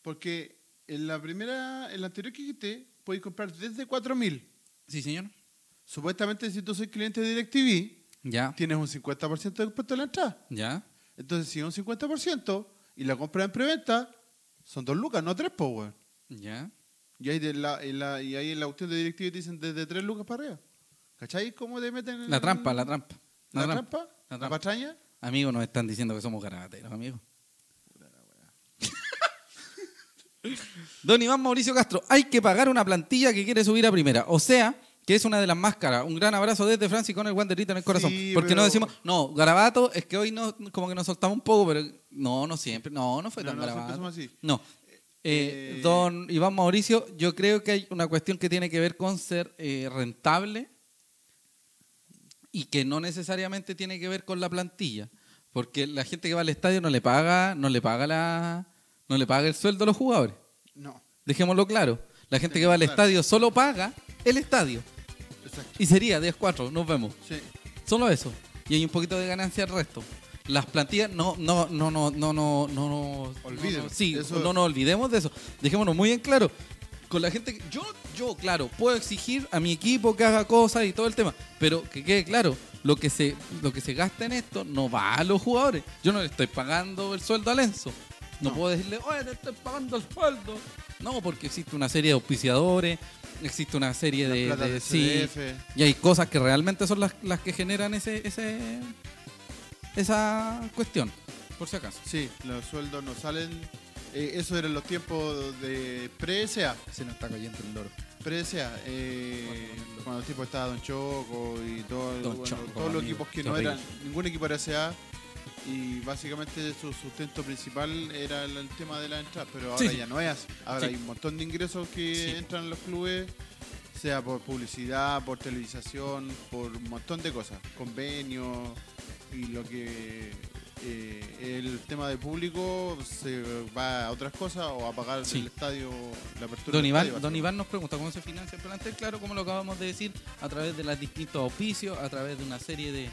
Porque en la primera, en la anterior que quité, podéis comprar desde 4000. Sí, señor. Supuestamente, si tú sois cliente de DirecTV, Ya. tienes un 50% de descuento en la entrada. Ya. Entonces, si es un 50% y la compras en preventa, son dos lucas, no tres, po, weón. Ya. Y ahí, de la, en la, y ahí en la opción de DirecTV te dicen desde tres lucas para arriba. ¿Cachai? ¿Cómo te meten en La trampa, la trampa. ¿La, Mm. La, trampa? La ¿La, trampa. patraña? Amigo, nos están diciendo que somos garabateros, amigo. Don Iván Mauricio Castro, hay que pagar una plantilla que quiere subir a primera. O sea, que es una de las más caras. Un gran abrazo desde Francia y con el guanderito en el corazón. Sí, Porque no pero- decimos, no, garabato, es que hoy no, como que nos soltamos un poco, pero no, no siempre. No, no fue No, tan no, siempre garabato. somos así. No. Eh, Eh, don Iván Mauricio, yo creo que hay una cuestión que tiene que ver con ser eh, rentable y que no necesariamente tiene que ver con la plantilla. Porque la gente que va al estadio no le paga, no le paga la, no le paga el sueldo a los jugadores. No, Dejémoslo claro. La gente que va al claro. estadio solo paga el estadio. exacto. Y sería 10-4, nos vemos. Sí. Solo eso. Y hay un poquito de ganancia al resto. Las plantillas, no, no, no, no, no, no, no, no. Olvídelo. no, sí, Eso- no nos olvidemos de eso. Dejémonos muy en claro. Con la gente, que- yo, yo, claro, puedo exigir a mi equipo que haga cosas y todo el tema, pero que quede claro, lo que se, lo que se gasta en esto no va a los jugadores. Yo no le estoy pagando el sueldo a Lenzo. No, No. puedo decirle, oye, te estoy pagando el sueldo. No, porque existe una serie de auspiciadores, existe una serie La de, plata Eh, de- del sí, CDF. y hay cosas que realmente son las, las que generan ese, ese esa cuestión, por si acaso. Sí, los sueldos no salen. Eh, eso eran los tiempos de pre-SA. Se nos está cayendo el loro. Pre-SA. eh, Bueno, cuando el tipo estaba Don Choco y todo, Don bueno, Choco, todos los amigo, equipos que qué no horrible. eran. Ningún equipo era SA. Y básicamente su sustento principal era el, el tema de la entrada. Pero Sí, ahora sí. ya no es así. Ahora Sí. hay un montón de ingresos que Sí. entran a los clubes. Sea por publicidad, por televisación, por un montón de cosas. Convenios y lo que eh, el tema de público se va a otras cosas o a pagar Sí. el estadio, la apertura Don del Iván, estadio, Don básicamente. Iván nos pregunta cómo se financia el plantel. Claro, como lo acabamos de decir, a través de los distintos auspicios, a través de una serie de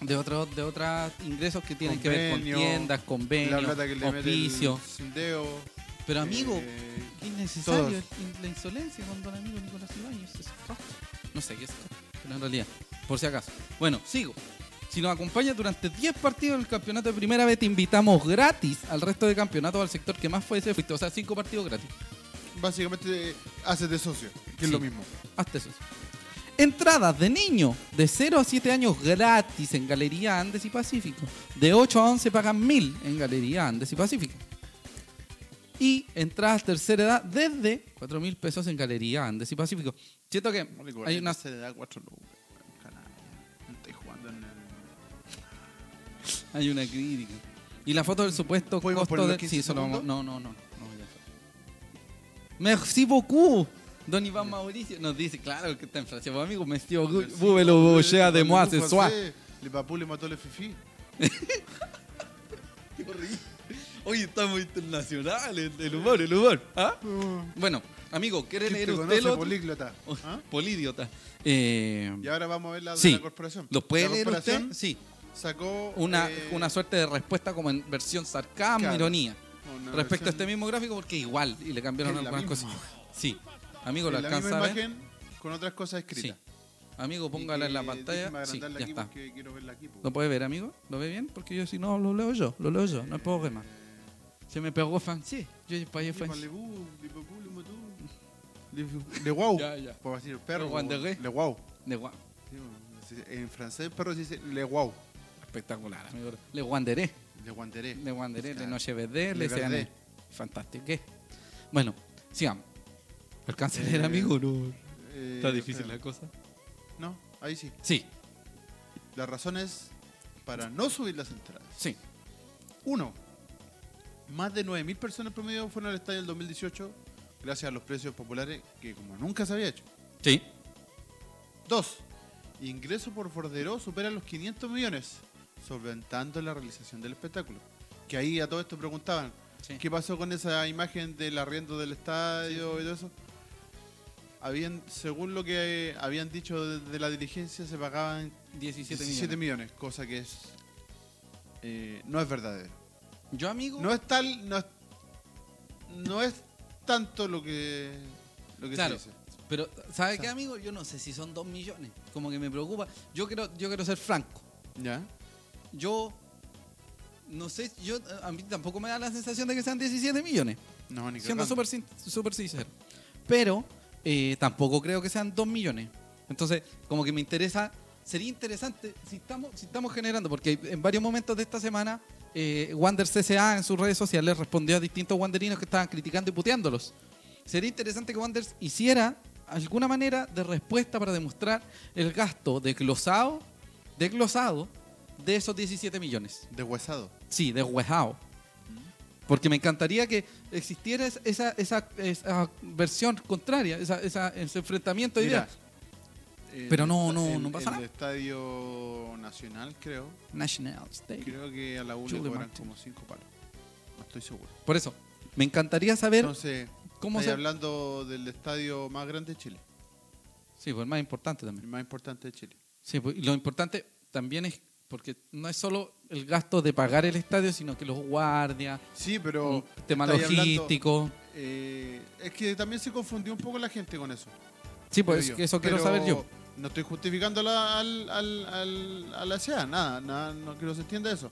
de otros de otros ingresos que tienen que ver Convenio, con tiendas, la convenios, plata que le mete el auspicios. Sindeo, Pero amigo, eh, Qué innecesario Todos. el- la insolencia con don amigo Nicolás Ibáñez. es ca- No sé qué es, ca- pero en realidad, por si acaso. Bueno, sigo. Si nos acompaña durante 10 partidos del campeonato de primera vez, te invitamos gratis al resto de campeonatos al sector que más fue ese efecto. O sea, 5 partidos gratis. básicamente eh, haces de socio, que es Sí. lo mismo. Hasta eso. Entradas de niño de 0 a 7 años gratis en Galería Andes y Pacífico. De 8 a 11 pagan 1000 en Galería Andes y Pacífico. Y entradas tercera edad desde 4000 pesos en Galería Andes y Pacífico. Siento que hay una. se le da cuatro lucas, weón, canalla. No estoy jugando en el- Hay una crítica. Y la foto del supuesto ¿Podemos costo poner de. los 15 Sí, solo vamos. No, segundos? no, no. no, ya fue. Merci beaucoup. Don Iván Mauricio nos dice, claro que está en Francia. Pues, amigo, merci beaucoup. Vous le bouchez de moi ce soir. Le papú le mató le fifi. Hoy estamos internacionales, el humor, el humor. ¿ah? Bueno, amigo, ¿quiere ¿Quién leer te usted conoce, lo otro? políglota? Oh, ¿Ah? Polídiota. Eh, Y ahora vamos a ver la de Sí. la corporación. ¿Lo puede La leer corporación usted? Sí. Sacó Una, eh, una suerte de respuesta como en versión sarcasmo, Claro. ironía. una Respecto a este versión- mismo gráfico, porque igual, y le cambiaron Es la algunas cosas. misma. Sí. Amigo, en ¿lo la misma alcanza a ver? imagen con otras cosas escritas. Sí. Amigo, póngala Y en la que- pantalla. déjame Sí, agrandarla ya aquí está. porque quiero verla aquí, pues. ¿Lo puede ver, amigo? ¿Lo ve bien? Porque yo si no, lo leo yo. Lo leo yo, no hay problema. Se me pegó francés. Yo ya pagué Tipo, francés. pues, le bu, le papu, le matú. Le- Le guau. Ya, ya. Por decir perro. Le pues, guanderré. Le guau. De guau. Sí, pues, sí, En francés perro se dice le guau. Espectacular, amigo. Le guanderé, Le guanderé. Ah, le guanderé, le Claro. noche verde, le Le sean. Verdé. Fantástico. ¿qué? Bueno, sigamos. ¿Alcanza a leer, amigo? No. Eh, Está difícil ¿eh? espera. la cosa. No, ahí sí. Sí, Las razones para no subir las entradas. sí. Uno, más de 9.000 personas promedio fueron al estadio el 2018 gracias a los precios populares que como nunca se había hecho. Sí. Dos, ingreso por Forderó supera los 500 millones, solventando la realización del espectáculo. Que ahí a todo esto preguntaban, Sí. ¿qué pasó con esa imagen del arriendo del estadio y todo eso? Habían, según lo que eh, habían dicho de, de la dirigencia, se pagaban 17 17, millones. millones, cosa que es eh, no es verdadero. Yo, amigo. No es tal, no es, no es tanto lo que, lo que Claro. se dice. Pero, ¿sabe qué, amigo? Yo no sé si son 2 millones. Como que me preocupa. Yo quiero, yo quiero ser franco. ¿Ya? Yo. No sé, yo a mí tampoco me da la sensación de que sean 17 millones. No, ni siendo cagando. súper sin- súper sincero. Pero eh, tampoco creo que sean 2 millones. Entonces, como que me interesa, sería interesante si estamos, si estamos generando, porque en varios momentos de esta semana, eh, Wander CCA en sus redes sociales respondió a distintos wanderinos que estaban criticando y puteándolos. Sería interesante que Wanders hiciera alguna manera de respuesta para demostrar el gasto desglosado, desglosado de esos 17 millones. Deshuesado. Sí, de Huejao. Porque me encantaría que existiera es- esa, esa, esa versión contraria, esa, esa- ese enfrentamiento de Mira, ideas. el Pero no, esta- no, el- no pasa el nada. Estadio Nacional, creo. National State. Creo que a la U le Chule cobran Martín. como 5 palos. estoy seguro. Por eso, me encantaría saber Entonces, cómo estáis se... hablando del estadio más grande de Chile, Sí, pues más importante también. el más importante de Chile. Sí, pues, y lo importante también es porque no es solo el gasto de pagar el estadio, sino que los guardias, Sí, pero un tema estáis hablando- logístico. eh, es que también se confundió un poco la gente con eso. Sí, pues creo yo. eso quiero Pero saber yo. No estoy justificando la- al, al, al- a la SEA, nada, nada, no quiero que se entienda eso.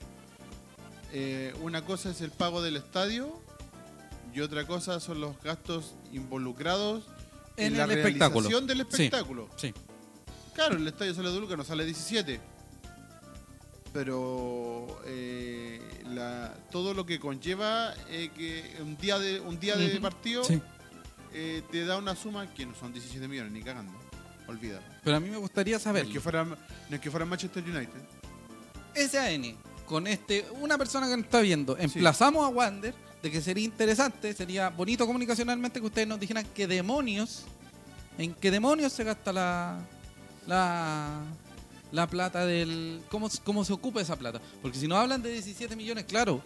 Eh, una cosa es el pago del estadio y otra cosa son los gastos involucrados en, En la el espectáculo. realización del Sí. espectáculo. Sí. Claro, el estadio sale de Luca, no sale 17. Pero eh, la- todo lo que conlleva eh, que un día de un día de Ujú. partido Sí. eh, te da una suma que no son 17 millones, ni cagando. Olvida. Pero a mí me gustaría No saber. es, que fuera, no es que fuera Manchester United. SAN, con este, una persona que nos está viendo, Sí. emplazamos a Wander de que sería interesante, sería bonito comunicacionalmente que ustedes nos dijeran qué demonios, en qué demonios se gasta la, la, la plata del. Cómo, cómo se ocupa esa plata. Porque si nos hablan de 17 millones, claro.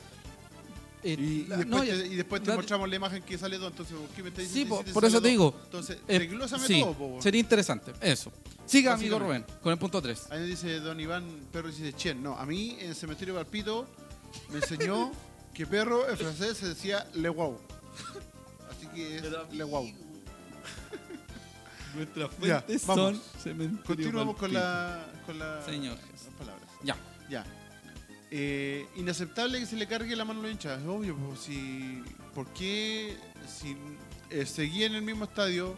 eh, Y, y la- después no, ya- te, y después te la- mostramos la imagen que sale 2. Entonces, ¿por ¿qué me estás Sí, diciendo? po, 17 por eso sale te dos? digo. Entonces, eh, desglósame sí, todo, po, weón. sería interesante, eso. Siga, amigo Rubén, Básicamente. con el punto 3. Ahí dice Don Iván, perro dice Chen. No, a mí en Cementerio Palpito me enseñó que perro en francés se decía le wow. Así que es le wow. Nuestras Ya, fuentes vamos. son cementerio Continuamos con Palpito. la, con la- Señores. las palabras. Ya. Ya. Eh, inaceptable que se le cargue la mano a los hinchas, es obvio. po, si, ¿Por qué si eh, seguí en el mismo estadio,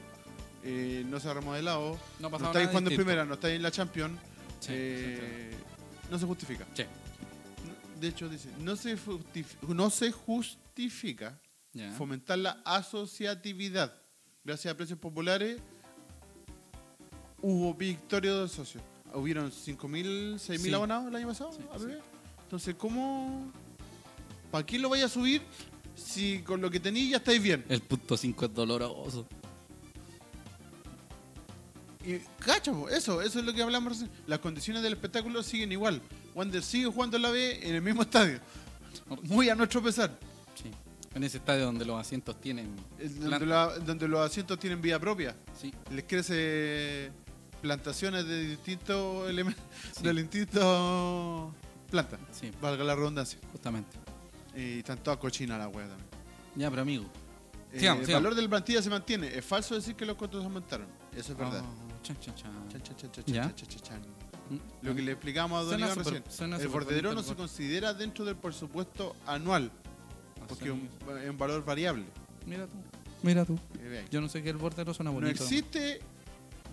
eh, no se ha remodelado, No no ha pasado estáis nada jugando en distinto. primera, no estáis en la Champions, Sí, eh, no se justifica? Sí. No- De hecho, dice, no se, justif- no se justifica Ya. fomentar la asociatividad. Gracias a precios populares hubo victoria de socios. Hubieron 5.000, 6.000 Sí. abonados el año pasado. Sí, APP. sí. Entonces, ¿cómo? ¿Para qué lo vaya a subir si con lo que tenéis ya estáis bien? El punto 5 es doloroso. Y, cacha, po, eso, eso es lo que hablamos recién. Las condiciones del espectáculo siguen igual. Wander sigue jugando en la B en el mismo estadio. Muy a nuestro pesar. Sí. En ese estadio donde los asientos tienen. Eh, planta. Donde, la- donde los asientos tienen vida propia. Sí. les crece plantaciones de distintos elementos, Sí. de distintos plantas, Sí, valga la redundancia. justamente. Y están todas cochinas la wea también. Ya, pero amigo. Eh, Sigamos, el sigamos. valor del plantilla se mantiene. Es falso decir que los costos aumentaron. Eso es verdad. Oh, chan, chan, chan. Chan, chan, chan, chan, Ya. chan, Mm, chan, chan, chan. Lo que le explicamos a Don Suena Iván súper- recién. suena El súper bordedero no bonito se el gol. considera dentro del presupuesto anual, porque es un, es un valor variable. Mira tú. Mira tú. Eh, vean. Yo no sé qué el bordero suena No bonito. existe.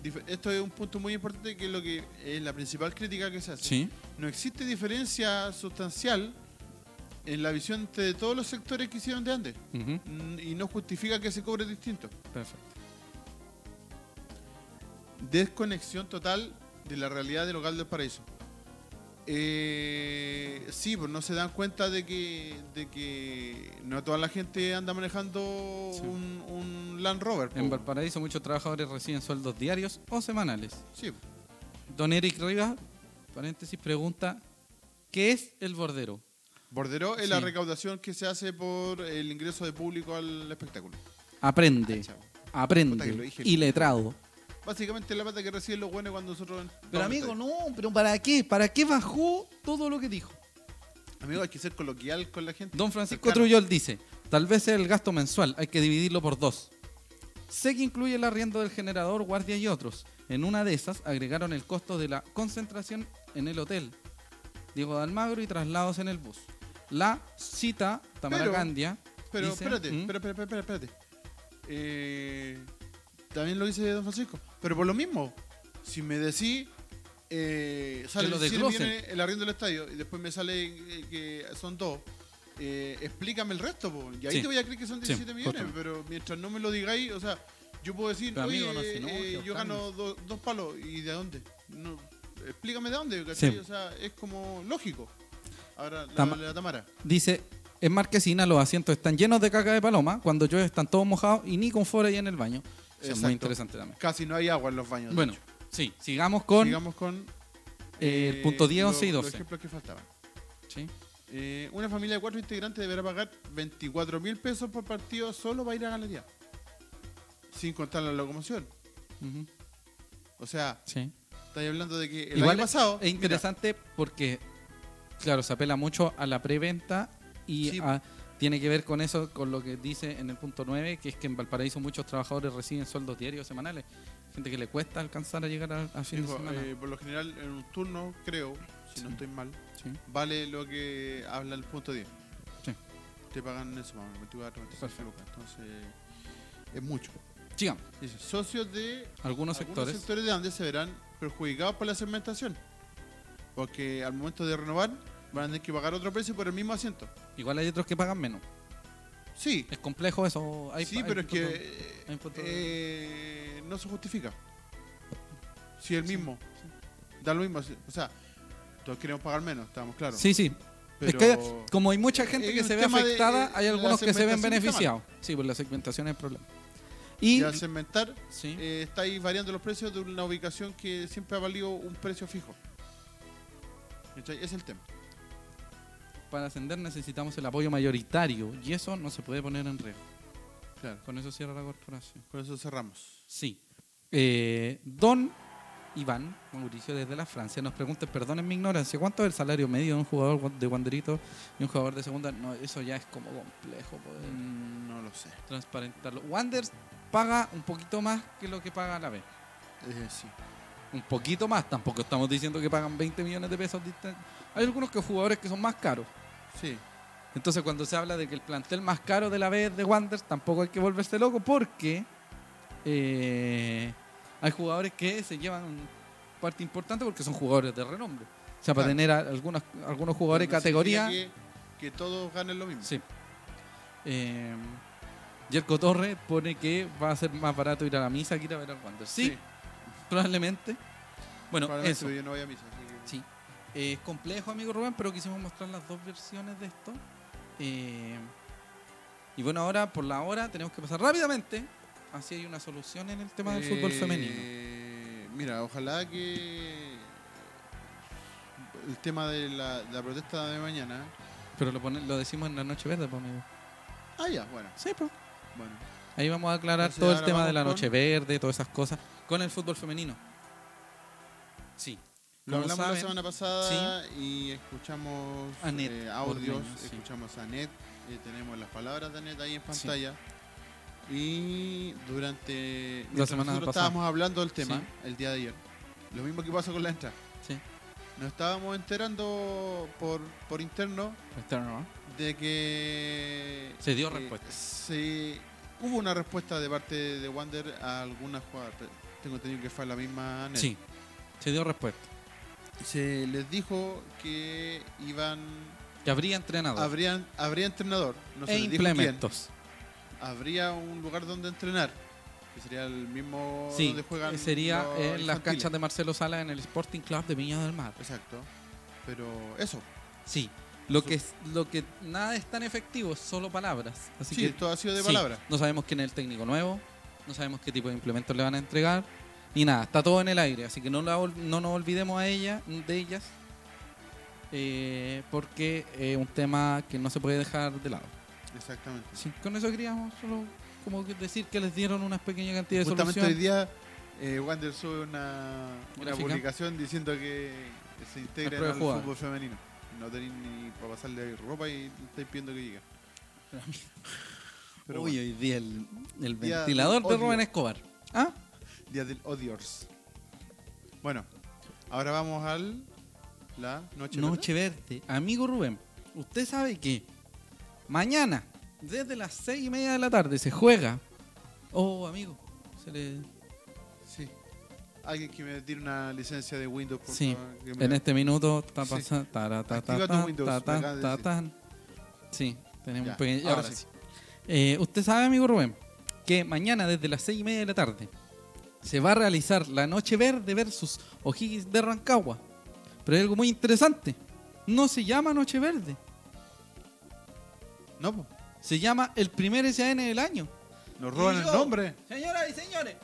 dif- Esto es un punto muy importante que es lo que es la principal crítica que se hace. Sí. No existe diferencia sustancial en la visión entre todos los sectores que hicieron de antes. Ujú. Mm, Y no justifica que se cobre distinto. Perfecto. Desconexión total de la realidad del local del paraíso. Eh, sí, pues no se dan cuenta de que, de que no toda la gente anda manejando Sí. un, un Land Rover. po. En Valparaíso muchos trabajadores reciben sueldos diarios o semanales. Sí. Don Eric Rivas, paréntesis, pregunta: ¿Qué es el bordero? Bordero es la Sí. recaudación que se hace por el ingreso de público al espectáculo. Aprende, Chao. Puta que lo aprende, dije. y letrado. Básicamente la plata que reciben los buenos cuando nosotros... Pero vamos amigo, al no, pero ¿para qué? ¿Para qué bajó todo lo que dijo? Amigo, hay que ser coloquial con la gente. Don Francisco Cercano. Trujol dice, tal vez sea el gasto mensual, hay que dividirlo por dos. Sé que incluye el arriendo del generador, guardia y otros. En una de esas agregaron el costo de la concentración en el hotel. Diego de Almagro y traslados en el bus. La cita, Tamara Pero- Gandia. Pero dice- espérate, ¿Mm? espérate, espérate, espérate, espérate. Eh, también lo dice Don Francisco. Pero por lo mismo, si me decís, eh, sale Que lo 17 desglosen. millones el arriendo del estadio y después me sale eh, que son dos, eh, explícame el resto, po. y ahí Sí. te voy a creer que son Sí, 17 millones, justo. pero mientras no me lo digáis, o sea, yo puedo decir, Pero, oye, amigo, no se enoje, eh, yo Oscar. gano do- dos palos, ¿y de dónde? No, explícame de dónde, ¿cachai? Sí. O sea, es como lógico. Ahora, la, Tama- la Tamara. Dice, en Marquesina los asientos están llenos de caca de paloma, cuando llueve están todos mojados y ni confort ahí en el baño. Eso es Exacto. muy interesante también. Casi no hay agua en los baños. de Bueno, hecho. sí, sigamos con sigamos con eh, el punto 10, lo- 11 y los 12. ejemplos que faltaban. Sí. Eh, Eh, una familia de cuatro integrantes deberá pagar 24 mil pesos por partido solo para ir a galería. Sin contar la locomoción. Ujú, O sea, Sí. estáis hablando de que el Igual año pasado. es eh, interesante porque, claro, se apela mucho a la preventa y Sí. a- tiene que ver con eso, con lo que dice en el punto 9, que es que en Valparaíso muchos trabajadores reciben sueldos diarios semanales. Gente que le cuesta alcanzar a llegar a, a mira, fin de dijo, semana. eh, por lo general, en un turno, creo, si no Sí. estoy mal, Sí, vale lo que habla el punto 10. Sí. Te pagan eso, más o menos, 24, 25 lucas. Entonces, es mucho. Sigamos. Dice, socios de Algunos, algunos sectores. sectores de Andes se verán perjudicados por la segmentación. Porque al momento de renovar van a tener que pagar otro precio por el mismo asiento. Igual hay otros que pagan menos. Sí, Es complejo eso. Eh, Hay, sí, hay pero es que puntos- eh, hay un punto eh, no se justifica. Si el mismo da lo mismo, si- o sea, todos queremos pagar menos, estamos claros. Sí, sí. pero Es que como hay mucha gente hay que un se ve tema de, afectada, eh, hay la algunos que se segmentación ven está mal. beneficiados. Sí, pues la segmentación es el problema. Y... y al segmentar Sí. eh, estáis variando los precios de una ubicación que siempre ha valido un precio fijo. ¿Cachai? Ese Es el tema. Para ascender necesitamos el apoyo mayoritario y eso no se puede poner en riesgo. Claro. Con eso cierra la corporación. Con eso cerramos. Sí. Eh, don Iván Mauricio desde la Francia nos pregunta, perdonen mi ignorancia, ¿cuánto es el salario medio de un jugador de Wanderito y un jugador de segunda? No, eso ya es como complejo poder Mm, No lo sé. transparentarlo. Wander paga un poquito más que lo que paga la B. Eh, sí. Un poquito más, tampoco estamos diciendo que pagan 20 millones de pesos. distan- Hay algunos que jugadores que son más caros. Sí. Entonces, cuando se habla de que el plantel más caro de la B es de Wander, tampoco hay que volverse loco porque eh, hay jugadores que se llevan un parte importante porque son jugadores de renombre. O sea, para Claro. tener a- algunos, algunos jugadores de No significa categoría. Que, que todos ganen lo mismo. Sí. Eh, Jerko Torres pone que va a ser más barato ir a la misa que ir a ver al Wander. Sí, probablemente. Bueno, Probablemente, eso. pero Yo no voy a misa. así que- Sí. Eh, es complejo, amigo Rubén, pero quisimos mostrar las dos versiones de esto. Eh, y bueno, ahora por la hora tenemos que pasar rápidamente. Así hay una solución en el tema del fútbol Eh, femenino. Mira, ojalá que el tema de la, la protesta de mañana. Pero lo, pone- lo decimos en la noche verde, pues, amigo. Ah, ya, bueno. Sí, pues. bueno. Ahí vamos a aclarar Entonces, todo el ahora tema de vamos la con- noche verde, todas esas cosas, con el fútbol femenino. Sí. Lo Como hablamos la saben- semana pasada y escuchamos A Net eh, audios, Ormeño, sí. escuchamos a Net, eh, tenemos las palabras de Net ahí en Sí. pantalla. Y durante mientras semana nosotros pasada. estábamos hablando del tema Sí. el día de ayer. Lo mismo que pasó con la entrada. Sí. Nos estábamos enterando por, por interno Está, ¿no? de que Se dio eh, respuesta. se- hubo una respuesta de parte de Wander a alguna jugada. Tengo entendido que fue la misma Net Sí. Se dio respuesta. se les dijo que iban Que habría entrenador habrían habría entrenador no se Ah, e les dijo quién. implementos. habría un lugar donde entrenar que sería el mismo Sí, donde juegan eh, sería los en las infantiles. canchas de Marcelo Sala en el Sporting Club de Viña del Mar. exacto pero eso Sí. Lo Su- que, es- lo que nada es tan efectivo, es solo palabras. Así sí que todo ha sido de sí, palabra no sabemos quién es el técnico nuevo, no sabemos qué tipo de implementos le van a entregar, ni nada, está todo en el aire, así que no, la ol- no nos olvidemos a ella, de ellas, eh, porque es un tema que no se puede dejar de lado. exactamente Sí, con eso queríamos solo como que decir que les dieron una pequeña cantidad de justamente hoy día soluciones. eh, Wander sube una, una Gráfica. publicación diciendo que se integra prueba al de jugar. fútbol femenino no tenéis ni para pasarle ropa y estáis pidiendo que llegue pero Uy, bueno, hoy día el, el Día ventilador de odio. Rubén Escobar. ¿Ah? Día del Odiors. Bueno, ahora vamos al. La noche. ¿verdad? Noche Verde. Amigo Rubén, usted sabe que mañana, desde las seis y media de la tarde, se juega. Oh, amigo, se le- Sí. Alguien que me tire una licencia de Windows, por Sí, favor. que me en la- este minuto está Sí. pasando. tara, ta, ta, Activa tu ta, Windows, ta, me ta, acabas de ta, decir. tan. Sí, tenemos Ya, un pequeño. ahora sí. Ahora sí. Eh, usted sabe, amigo Rubén, que mañana, desde las seis y media de la tarde, se va a realizar la Noche Verde versus O'Higgins de Rancagua. Pero hay algo muy interesante. No se llama Noche Verde. No, po, Se llama el primer SAN del año. nos roban Y el yo, nombre. Señoras y señores,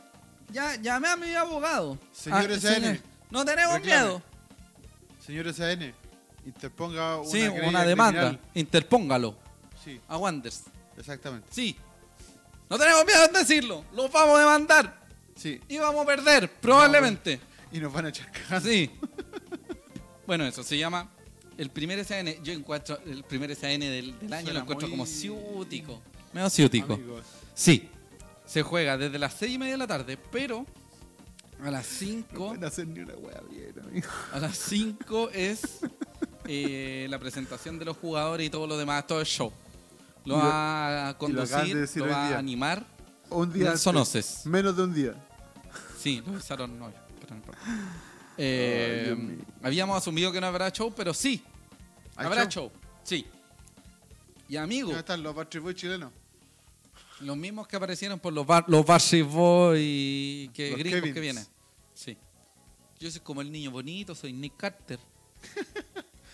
ya llamé a mi abogado. Ah, Señor SAN. No tenemos Reclame. miedo. Señor SAN, interponga una, sí, querella una demanda. criminal. Interpóngalo Sí, a Wanders. exactamente. Sí. No tenemos miedo en decirlo. Los vamos a demandar. Sí, Y vamos a perder, probablemente. y nos van a echar cagando. Así. bueno, eso se llama. El primer SAN, yo encuentro el primer SAN del, del año, Suena lo encuentro muy- como ciútico. Medio ciútico. Amigos, Sí. Se juega desde las seis y media de la tarde, pero a las 5 pueden hacer ni una wea bien, amigo. a las 5 es eh, la presentación de los jugadores y todo lo demás, todo el show. Lo Y lo- va a y lo acaban de conducir, decir lo hoy va día. a animar. Un día. Nelson antes. Oces. Menos de un día. Sí, lo usaron hoy. pero no importa. Eh, Ay, Dios mío. habíamos asumido que no habrá show, pero sí. ¿Hay Habrá show? show? Sí. Y amigos, ¿Dónde están los Patrick Boys chilenos? los mismos que aparecieron por los bar, los Backstreet Boys que Los gringos Kevins. que vienen. Sí. Yo soy como el niño bonito, soy Nick Carter.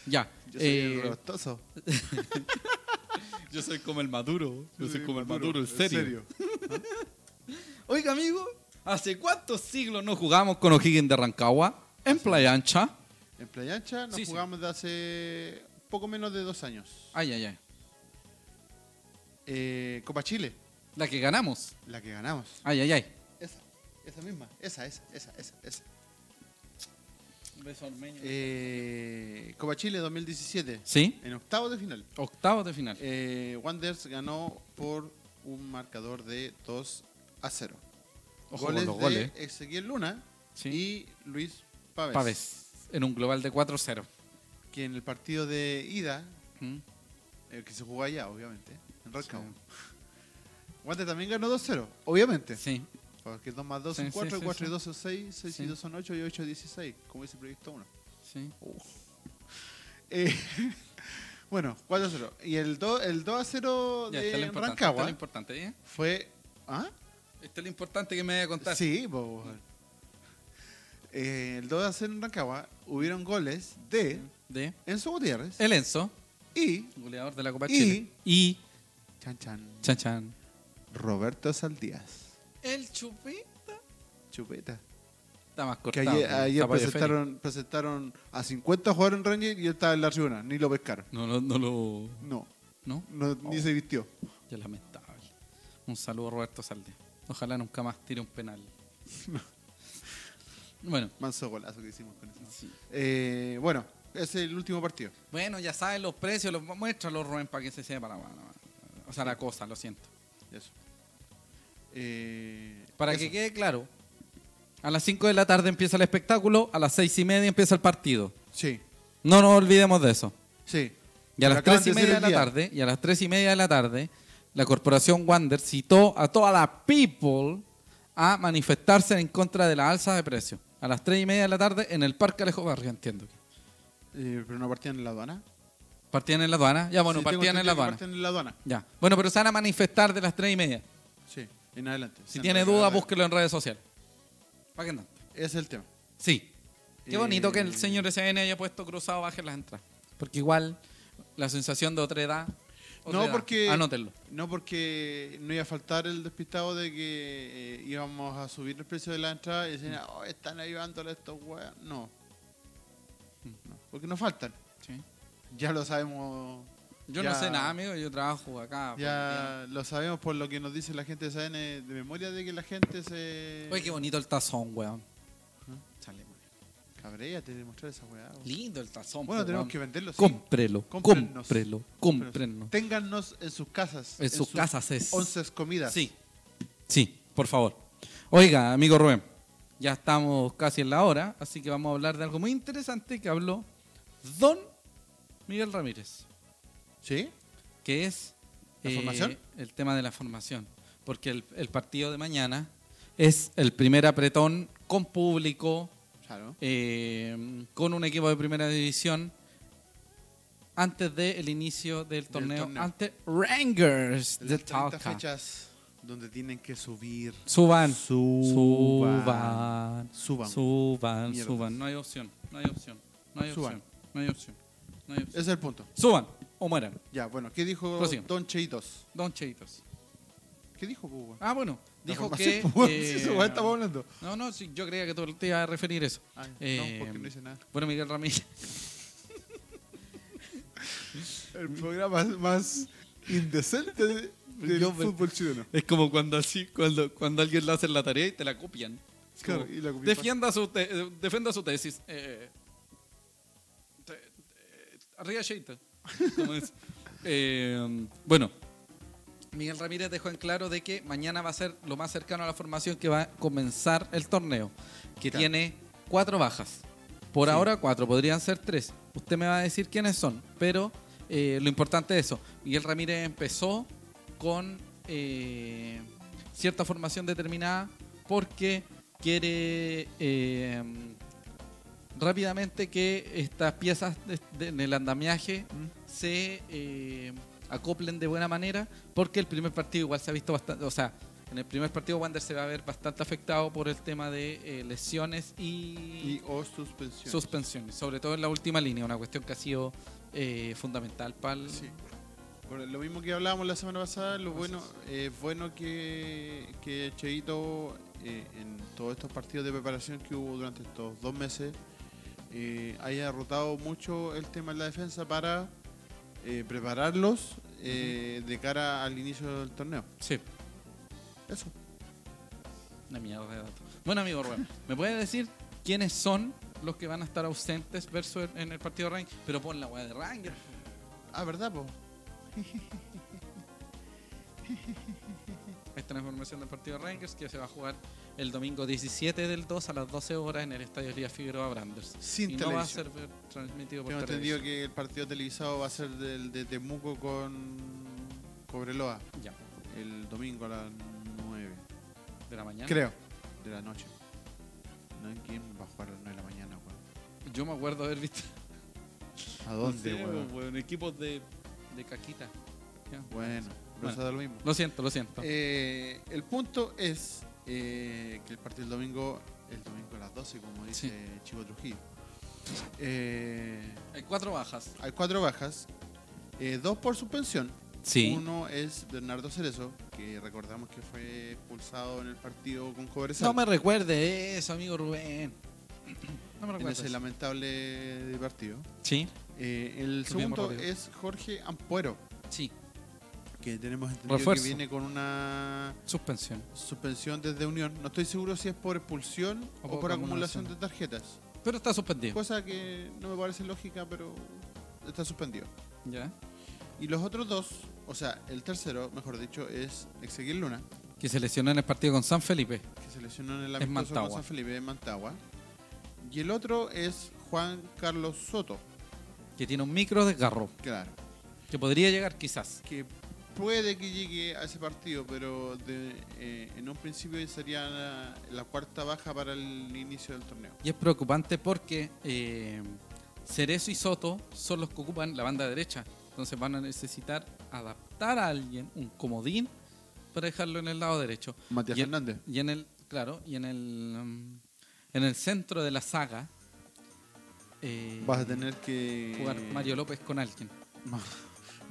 ya. Yo soy eh, el rostoso. yo soy como el maduro. Yo soy Sí, como el maduro, en serio. Oiga, amigo, ¿hace cuántos siglos no jugamos con O'Higgins de Rancagua? En Playa Ancha. En Playa Ancha nos Sí, sí. jugamos de hace poco menos de dos años. Ay, ay, ay. Eh, Copa Chile, La que ganamos. la que ganamos. Ay, ay, ay. Esa, esa misma. Esa, esa, esa, esa. esa. Eh, Copa Chile 2017. Sí. En octavos de final. Octavos de final. Eh, Wanderers ganó por un marcador de 2 a 0. Ojo goles, con los goles. eh. de Ezequiel Luna Sí. y Luis Pávez, Pavés. En un global de 4-0. Que en el partido de ida, ¿Mm? el que se jugó allá, obviamente, en Rancagua. Wander también ganó 2-0, obviamente. Sí. Porque 2 más 2 Sí, son sí, 4, sí, 4 y sí. 2 son 6, 6 Sí. y 2 son 8 y 8 es 16, como dice el proyecto 1. Sí. Eh, bueno, 4-0. Y el 2, el 2 a 0 Ya, de está lo importante. Está lo Rancagua importante, ¿eh? fue... ¿Ah? Está lo importante que me voy a contar. Sí, po, Mm. weón. Eh, el 2 a 0 en Rancagua hubieron goles de De Enzo Gutiérrez El Enzo, y goleador de la Copa Y- Chile. Y. chan, chan, Chan Chan. Roberto Saldías. El Chupi Chupeta. está más Que cortado. ayer, está ayer Pablo Félix. presentaron, presentaron a 50 jugadores en Rangers y él estaba en la tribuna, ni lo pescaron. No, no, no lo. No, ¿No? no, ni Oh. se vistió. Qué lamentable. Un saludo a Roberto Salde. Ojalá nunca más tire un penal. bueno. Manso golazo que hicimos con eso. sí. Eh, bueno, es el último partido. Bueno, ya saben los precios, los muéstralos, Rubén, para que se sepa la la- O sea, la cosa, lo siento. Eso. Eh, Para eso. que quede claro, a las 5 de la tarde empieza el espectáculo, a las 6 y media empieza el partido. Sí, No nos olvidemos de eso. sí. Y Pero a las acaban 3 y decir media de el la día. tarde, y a las 3 y media de la tarde, la corporación Wander citó a toda la people a manifestarse en contra de la alza de precios. A las 3 y media de la tarde en el Parque Alejo Barrio, entiendo. que. Eh, pero no partían en la aduana. Partían en la aduana. Ya, bueno, Sí, tengo partían en la entendido que aduana. Partían en la aduana. Ya. Bueno, pero se van a manifestar de las 3 y media. Sí, en adelante. Si En tiene realidad, duda, búsquelo en redes sociales. ¿Para qué no? Ese es el tema. Sí. Qué Eh, bonito que el señor SN haya puesto cruzado baje las entradas. Porque igual la sensación de otra edad. otra No, edad. porque- Anótenlo. No porque no iba a faltar el despistado de que eh, íbamos a subir el precio de la entrada y decían, Mm. oh, están ayudándole a estos weas. No. No, Porque no faltan. Mm. Sí. Ya lo sabemos. Yo Ya- no sé nada, amigo. Yo trabajo acá. por el día. Ya lo sabemos por lo que nos dice la gente de SAN de memoria de que la gente se. Oye, qué bonito el tazón, weón. Sale, weón. Cabrea, te demostrar esa weá. weón. Lindo el tazón. Bueno, po, tenemos weón. que venderlo. sí. Cómprelo, Cómprennos. cómprelo, Cómprenos. cómprelo. Téngannos en sus casas. En sus casas es- Once comidas. Sí, sí, por favor. Oiga, amigo Rubén, ya estamos casi en la hora, así que vamos a hablar de algo muy interesante que habló Don Miguel Ramírez, ¿Sí? que es eh, ¿La formación? el tema de la formación, porque el, el partido de mañana es el primer apretón con público, Claro. eh, con un equipo de primera división, antes del inicio del torneo, torneo. ante Rangers de Las 30 Talca. fechas donde tienen que subir. Suban. Suban. Suban. Suban. Suban, Mierdas. suban. No hay opción. No hay opción. No hay Suban. opción. No hay opción. No hay Ese opción. es el punto. Suban o mueran. Ya, bueno, ¿qué dijo Prosigan. Don Cheitos? Don Cheitos. ¿Qué dijo, pues, weón? Ah, bueno. La Dijo formación, que. pues, weón, eh, si esa weá estamos hablando. no, no, sí, yo creía que tú te ibas a referir eso. Ay, Eh, no, porque no hice nada. Bueno, Miguel Ramírez. El programa más indecente de- del Yo me- fútbol chileno. Es como cuando así, cuando, cuando alguien le hace la tarea y te la copian. Es Claro, como, y la copian. defienda, su te- eh, defienda su tesis. Eh, te- te- arriba Sheita. ¿Cómo es? Eh, bueno, Miguel Ramírez dejó en claro de que mañana va a ser lo más cercano a la formación que va a comenzar el torneo, que Claro. tiene cuatro bajas. Por ahora cuatro, podrían ser tres. Usted me va a decir quiénes son, pero eh, lo importante es eso. Miguel Ramírez empezó con eh, cierta formación determinada porque quiere eh, rápidamente que estas piezas de- de- en el andamiaje se eh, acoplen de buena manera, porque el primer partido igual se ha visto bastante, o sea, en el primer partido Wander se va a ver bastante afectado por el tema de eh, lesiones Y y, o suspensión. suspensiones, sobre todo en la última línea, una cuestión que ha sido eh, fundamental para el... Sí. Por lo mismo que hablábamos la semana pasada, lo bueno es bueno que, que Cheito, eh, en todos estos partidos de preparación que hubo durante estos dos meses, eh, haya rotado mucho el tema de la defensa para eh, prepararlos eh, de cara al inicio del torneo. Sí. Eso. Una mierda de dato. Bueno, amigo Rubén, ¿me puedes decir quiénes son los que van a estar ausentes versus en el partido de Rangers? Pero pon la weá de Rangers. Ah, ¿verdad, po? Esta es la información del partido de Rangers que se va a jugar el domingo 17 del 2 a las 12 horas en el Estadio Elías Figueroa Branders. Sin y no va a televisión. ser ver- transmitido por Tengo entendido televisión. que el partido televisado va a ser del de Temuco con Cobreloa Ya, el domingo a las 9. de la mañana. Creo. De la noche. No hay quién va a jugar a las 9 de la mañana, weón. Yo me acuerdo haber visto ¿A dónde, no sé, weón? weón, equipos de, de caquita. Ya. Bueno, pero Bueno. Ah. eso da lo mismo. Lo siento, lo siento. Eh, el punto es eh, que el partido del domingo, el domingo a las 12, como dice Chivo Trujillo. Eh, Hay cuatro bajas. hay cuatro bajas, eh, dos por suspensión. Uno es Bernardo Cerezo, que recordamos que fue expulsado en el partido con Cobresal. No me recuerde eso, amigo Rubén. No me en recuerdes. ese lamentable partido. Sí, Eh, el Lo mismo segundo rápido. es Jorge Ampuero, sí. que tenemos entendido Refuerzo. que viene con una Suspensión. suspensión desde Unión. No estoy seguro si es por expulsión o, por acumulación de tarjetas. Pero está suspendido. Cosa que no me parece lógica, pero está suspendido. Ya. Y los otros dos, o sea, el tercero, mejor dicho, es Ezequiel Luna, Que se lesionó en el partido con San Felipe. que se lesionó en el Es amistoso con Mantagua. San Felipe de Mantagua. Y el otro es Juan Carlos Soto, Que tiene un micro desgarro. claro, Que podría llegar quizás. que puede que llegue a ese partido, pero de- eh, en un principio sería la, la cuarta baja para el inicio del torneo. Y es preocupante porque eh, Cerezo y Soto son los que ocupan la banda derecha. Entonces van a necesitar adaptar a alguien, un comodín, para dejarlo en el lado derecho. Matías Y- Fernández. Y en el, claro, y en el, mm, en el centro de la saga eh, Vas a tener que jugar Mario López con alguien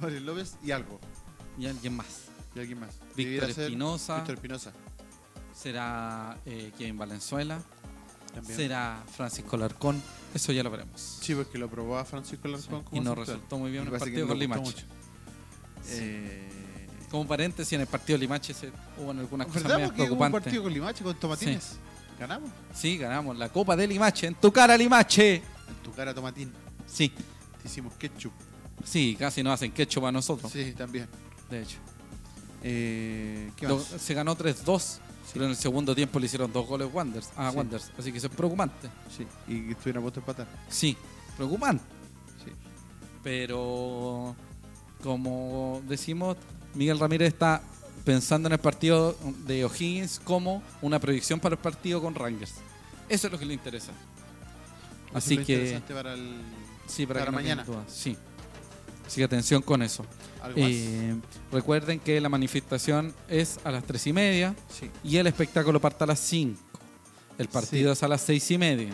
Mario López y algo. y alguien más. Y alguien más. Debiera Víctor ser Espinosa, Víctor Espinosa. será eh, Kevin Valenzuela, También. será Francisco Larcón, eso ya lo veremos. Sí, porque lo probaba Francisco Larcón como Y no central. resultó muy Y bien en el parece que partido no con le gustó Limache. mucho. Sí. Eh, Como paréntesis, en el partido de Limache se, hubo algunas cosas ¿Verdad? medio Porque hubo un preocupantes. partido con Limache, con Tomatines. Ganamos. Sí, ganamos la Copa de Limache, en tu cara Limache. En tu cara, Tomatín. Sí, Te hicimos ketchup. sí, casi nos hacen quecho para nosotros, Sí, también. de hecho. Eh, ¿Qué Lo- más? se ganó 3-2, pero en el segundo tiempo le hicieron dos goles Wanderers, a Sí. Wanderers, así que eso es preocupante. Sí, y que estuvieron a punto de empatar. Sí, preocupante, Sí. pero como decimos, Miguel Ramírez está pensando en el partido de O'Higgins como una proyección para el partido con Rangers. Eso es lo que le interesa. Eso Así es lo que interesante para el. sí, para, para que no mañana. queden dudas, Sí. Así que atención con eso. Algo más. Eh, recuerden que la manifestación es a las tres y media. Sí. Y el espectáculo parte a las 5. El partido es a las 6 y media.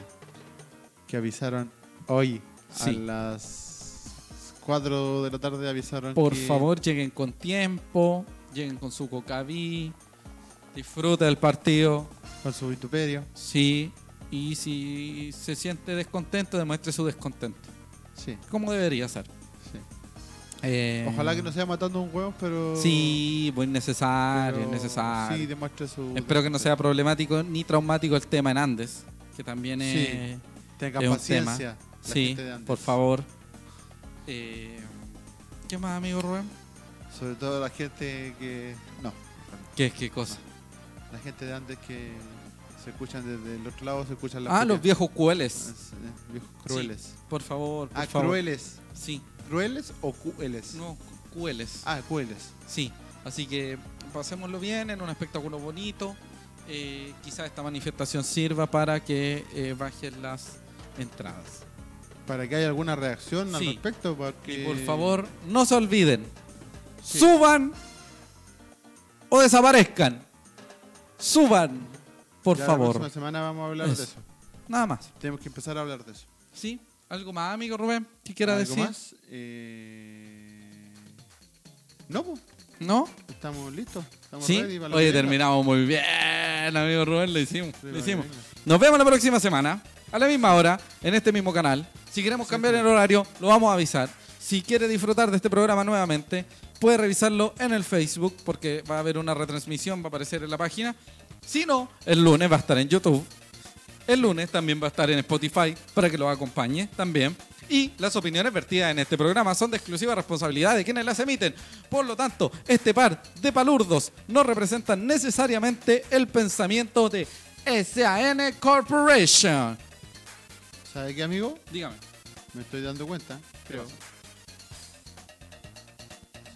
Que avisaron hoy a Sí. las 4 de la tarde. Avisaron. Por que- favor, lleguen con tiempo, lleguen con su cocaví, disfruta del partido. Con su vituperio. Sí, y si se siente descontento, demuestre su descontento. Sí, Como debería ser. sí. Eh, Ojalá que no sea matando a un huevo, pero. Sí, pues necesario, pero necesario. Sí, demuestra su. Espero que no sea problemático ni traumático el tema en Andes, que también es, Tenga es un tema. paciencia. la Sí, gente de Andes. por favor. Eh, ¿Qué más, amigo Rubén? Sobre todo la gente que. No, ¿Qué, qué cosa? la gente de Andes que se escuchan desde el otro lado, se escuchan las Ah, los propias- viejos cueles. Es, eh, viejos crueles. Ah, Por favor, por Ah, favor. crueles. Sí, ¿Crueles o cueles? no, cueles. Ah, cueles. Sí, así que pasémoslo bien en un espectáculo bonito. Eh, quizás esta manifestación sirva para que eh, bajen las entradas. Para que haya alguna reacción al Sí. respecto. Porque... Y por favor, no se olviden. Sí. Suban o desaparezcan. Suban, por Ya La favor. próxima semana vamos a hablar Eso. de eso. Nada más. Tenemos que empezar a hablar de eso. ¿Sí? ¿Algo más, amigo Rubén? ¿Qué quiera ¿Algo decir? más? Eh, No, pues, ¿No? estamos listos. Estamos ¿Sí? ready para lo Oye, que venga. terminamos muy bien, amigo Rubén. Lo hicimos. Sí, Lo para que hicimos. venga. Nos vemos la próxima semana, a la misma hora, en este mismo canal. Si queremos cambiar el horario, lo vamos a avisar. Si quiere disfrutar de este programa nuevamente, puede revisarlo en el Facebook, porque va a haber una retransmisión, va a aparecer en la página. Si no, el lunes va a estar en YouTube. El lunes también va a estar en Spotify para que lo acompañe también. Y las opiniones vertidas en este programa son de exclusiva responsabilidad de quienes las emiten. Por lo tanto, este par de palurdos no representan necesariamente el pensamiento de SAN Corporation. ¿Sabe qué, amigo? Dígame. Me estoy dando cuenta. Creo.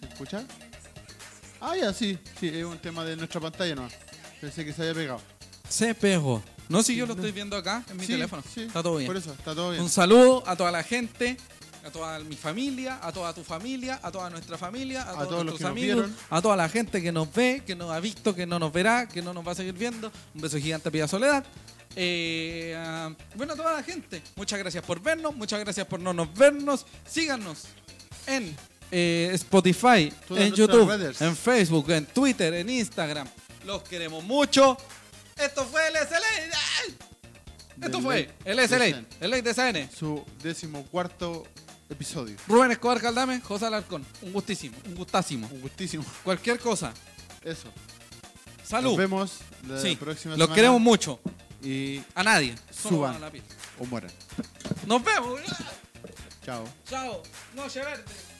¿Se escucha? Ah, ya, sí. Sí, es un tema de nuestra pantalla nomás. Pensé que se había pegado. Se pegó. No, si yo lo estoy viendo acá en mi Sí, teléfono. sí, Está todo bien. Por eso, está todo bien. Un saludo a toda la gente, a toda mi familia, a toda tu familia, a toda nuestra familia, a, todos, todos los nuestros que nos amigos, vieron. a toda la gente que nos ve, que nos ha visto, que no nos verá, que no nos va a seguir viendo. Un beso gigante a Pia Soledad. Eh, ah, bueno, a toda la gente, muchas gracias por vernos, muchas gracias por no nos vernos. Síganos en eh, Spotify, Todas en nuestras YouTube, redes. en Facebook, en Twitter, en Instagram. Los queremos mucho. Esto fue el SLA. ¡Ay! Esto Del fue Late el SLA, Design. el Late Design. Su decimocuarto episodio. Rubén Escobar Caldame, José Alarcón. Un gustísimo, un gustásimo. Un gustísimo. Cualquier cosa. Eso. Salud. Nos vemos la Sí, próxima Los semana. queremos mucho. Y A nadie. Solo Suban. a la piel. o mueran. Nos vemos. Chao. Chao. Noche verde.